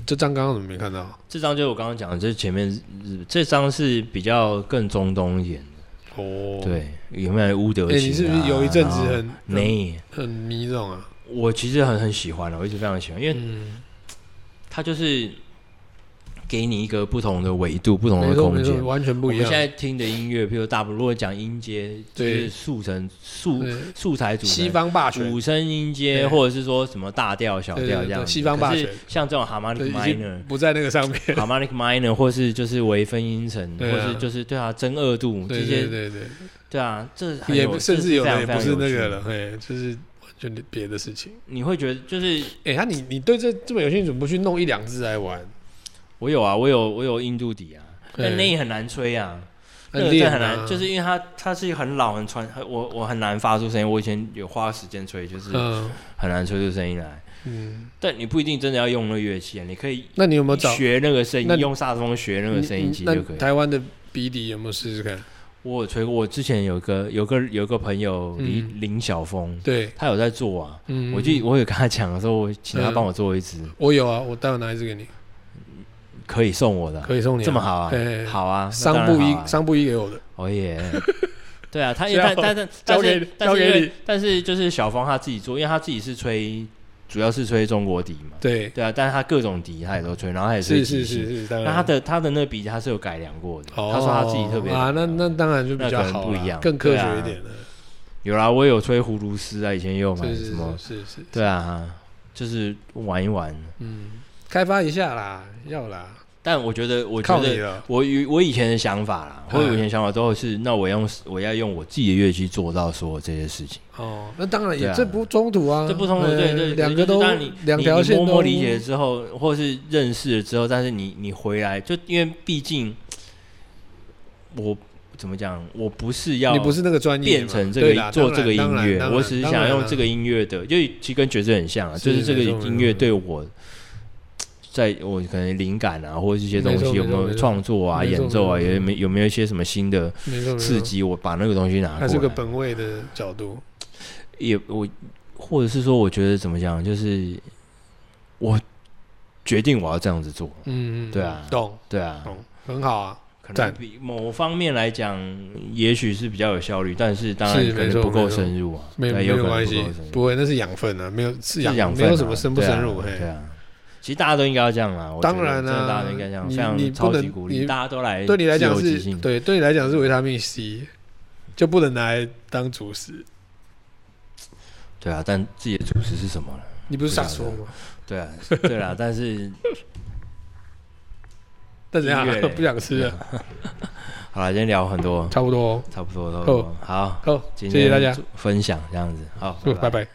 S2: 这张刚刚怎么没看到？
S1: 这张就是我刚刚讲的，就是前面日这张是比较更中东一点的，
S2: 哦，
S1: 对，有没有乌德琴、
S2: 哎
S1: 啊
S2: 你是不是有一阵子很
S1: 没？
S2: 很迷这种啊，
S1: 我其实很很喜欢啊的，我一直非常喜欢，因为
S2: 嗯，
S1: 它就是给你一个不同的维度、不同
S2: 没
S1: 的
S2: 错
S1: 空
S2: 没
S1: 间
S2: 错，。完全
S1: 我
S2: 不一
S1: 们
S2: 样
S1: 现。在听的音乐，譬如大部如果讲音阶，就是
S2: 对
S1: 速成素
S2: 对
S1: 素材组成
S2: 西方霸权
S1: 五声音
S2: 对
S1: 阶，或者是说什么大调、小
S2: 对
S1: 调
S2: 对
S1: 这样
S2: 对
S1: 子。
S2: 西方霸
S1: 可是
S2: 权
S1: 像这种 harmonic
S2: 对，已
S1: minor
S2: 经。不在那个上面。
S1: harmonic minor 或是就是微分音程，
S2: 对
S1: 或
S2: 啊
S1: 是就是对啊增二度这
S2: 对
S1: 些
S2: 对，对对，
S1: 对啊，这很
S2: 也
S1: 有
S2: 不甚至有的也不是那个。
S1: 这非常非常有
S2: 了，
S1: 趣
S2: 嘿，就是完全别的事情。
S1: 你会觉得就是
S2: 哎，那你你对这这么有兴趣，怎么不去弄一两只来玩？
S1: 我有啊，我有我有印度底啊，
S2: 对
S1: 但那也很难吹啊，那
S2: 很
S1: 个真的
S2: 练
S1: 很
S2: 啊
S1: 难，就是因为它它是很老很传，很我我很难发出声音。我以前有花时间吹，就是
S2: 嗯
S1: 很难吹出声音来。
S2: 嗯。
S1: 但你不一定真的要用那个乐器，啊，你可以
S2: 那你有没有找
S1: 学那个声
S2: 那
S1: 音，
S2: 你
S1: 用萨克斯风学那个声音
S2: 你
S1: 其
S2: 那
S1: 实就可以。
S2: 台湾的鼻笛有没有试试看？
S1: 我有吹过，我之前有个有个有个朋友
S2: 嗯
S1: 林、林晓峰，
S2: 对，
S1: 他有在做啊。
S2: 嗯，
S1: 我记我有跟他讲的时候，我请他
S2: 嗯
S1: 帮我做一支，
S2: 我有啊，我待会拿一只给你，
S1: 可以送我的啊，
S2: 可以送你啊。
S1: 这么好啊
S2: 嘿嘿，嘿
S1: 好啊，那当
S2: 桑
S1: 然
S2: 布
S1: 好啊
S2: 一，桑布一给我的，
S1: 哦 耶，对啊，他因
S2: 这
S1: 为
S2: 样
S1: 但但是
S2: 交
S1: 但
S2: 给
S1: 是但
S2: 交
S1: 是
S2: 给
S1: 因
S2: 你
S1: 为但是就是小峰他自己做，因为他自己是吹，主要是吹中国笛嘛，
S2: 对，
S1: 对啊，但是他各种笛他也都吹，然后他也吹
S2: 是
S1: 笛
S2: 是
S1: 子，
S2: 是是，当然
S1: 那他的他的那个笛他是有改良过的，
S2: 哦
S1: 他说他自己特别
S2: 啊，那那当然就比较
S1: 那
S2: 好啦，
S1: 可能不一样啊
S2: 更科学一点了。
S1: 有啦，我有吹葫芦丝啊，以前也有买
S2: 是
S1: 什
S2: 是
S1: 么
S2: 是，是是，
S1: 对啊，就是玩一玩，
S2: 嗯，开发一下啦，要啦，
S1: 但我觉得我啊觉
S2: 靠
S1: 得
S2: 你啊了。
S1: 我以我以前的想法啦，
S2: 嗯
S1: 我以前想法都是，那我用我要用我自己的乐器做到所有这些事情，
S2: 哦，那当然
S1: 对
S2: 也
S1: 啊
S2: 这不冲突啊，
S1: 这不同的
S2: 呃
S1: 对对，
S2: 两个都
S1: 但你
S2: 两条
S1: 你
S2: 线
S1: 你
S2: 都
S1: 默默理解之后，或是认识了之后，但是你你回来就因为毕竟我怎么讲，我不是要
S2: 你不是那个专业嘛，
S1: 变成这
S2: 对
S1: 个
S2: 啦
S1: 做这个音
S2: 当然
S1: 乐
S2: 当，然
S1: 我只是
S2: 当
S1: 想
S2: 然
S1: 用
S2: 啦
S1: 这个音乐的，就其实跟爵士很像啊，
S2: 是
S1: 就是这个
S2: 没错没错
S1: 音乐对我。在我可能灵感啊，或者是一些东
S2: 没
S1: 西
S2: 错
S1: 有没
S2: 没
S1: 有
S2: 错
S1: 创作啊、
S2: 没错
S1: 演奏啊，
S2: 没错
S1: 有没有没有一些什么新的
S2: 没错没
S1: 刺
S2: 错，
S1: 激，我把那个东西拿
S2: 它
S1: 过
S2: 是个
S1: 来。
S2: 本位的角度，
S1: 也我，或者是说，我觉得怎么讲，就是我决定我要这样子做，
S2: 嗯，嗯
S1: 对啊
S2: 懂
S1: 对啊，
S2: 懂，很好啊，
S1: 可
S2: 赞
S1: 能比某方面来讲，也许是比较有效率，但是当然
S2: 是
S1: 可
S2: 没
S1: 能
S2: 错
S1: 不
S2: 没
S1: 够
S2: 错
S1: 深入啊，
S2: 没
S1: 对
S2: 没
S1: 有可
S2: 有
S1: 能
S2: 关
S1: 不够
S2: 系
S1: 深，入
S2: 不会，那是养分啊，没有
S1: 是
S2: 是
S1: 养
S2: 没
S1: 分啊
S2: 有什么深不深入，
S1: 对啊
S2: 嘿
S1: 对，啊。其实大家都应该要这样啦，我觉得
S2: 当然啦啊
S1: 真的大家都应该这样，
S2: 你
S1: 非
S2: 你
S1: 常超
S2: 不能
S1: 级鼓励，
S2: 你
S1: 大家都来。
S2: 对你来讲
S1: 自由即
S2: 是，
S1: 兴
S2: 对，对你来讲是维他命 C，就不能拿来当主食。
S1: 对啊，但自己的主食是什么呢？
S2: 你不是傻说吗？
S1: 对啊， 对啦，但是
S2: 但怎样
S1: 音乐啊嘞
S2: 不想吃了，
S1: 好了，今天聊很多，
S2: 差不多哦。
S1: 差不多，差不多，好，
S2: 好，
S1: 今
S2: 谢
S1: 天
S2: 谢大家，
S1: 分享这样子，好，
S2: 嗯拜拜。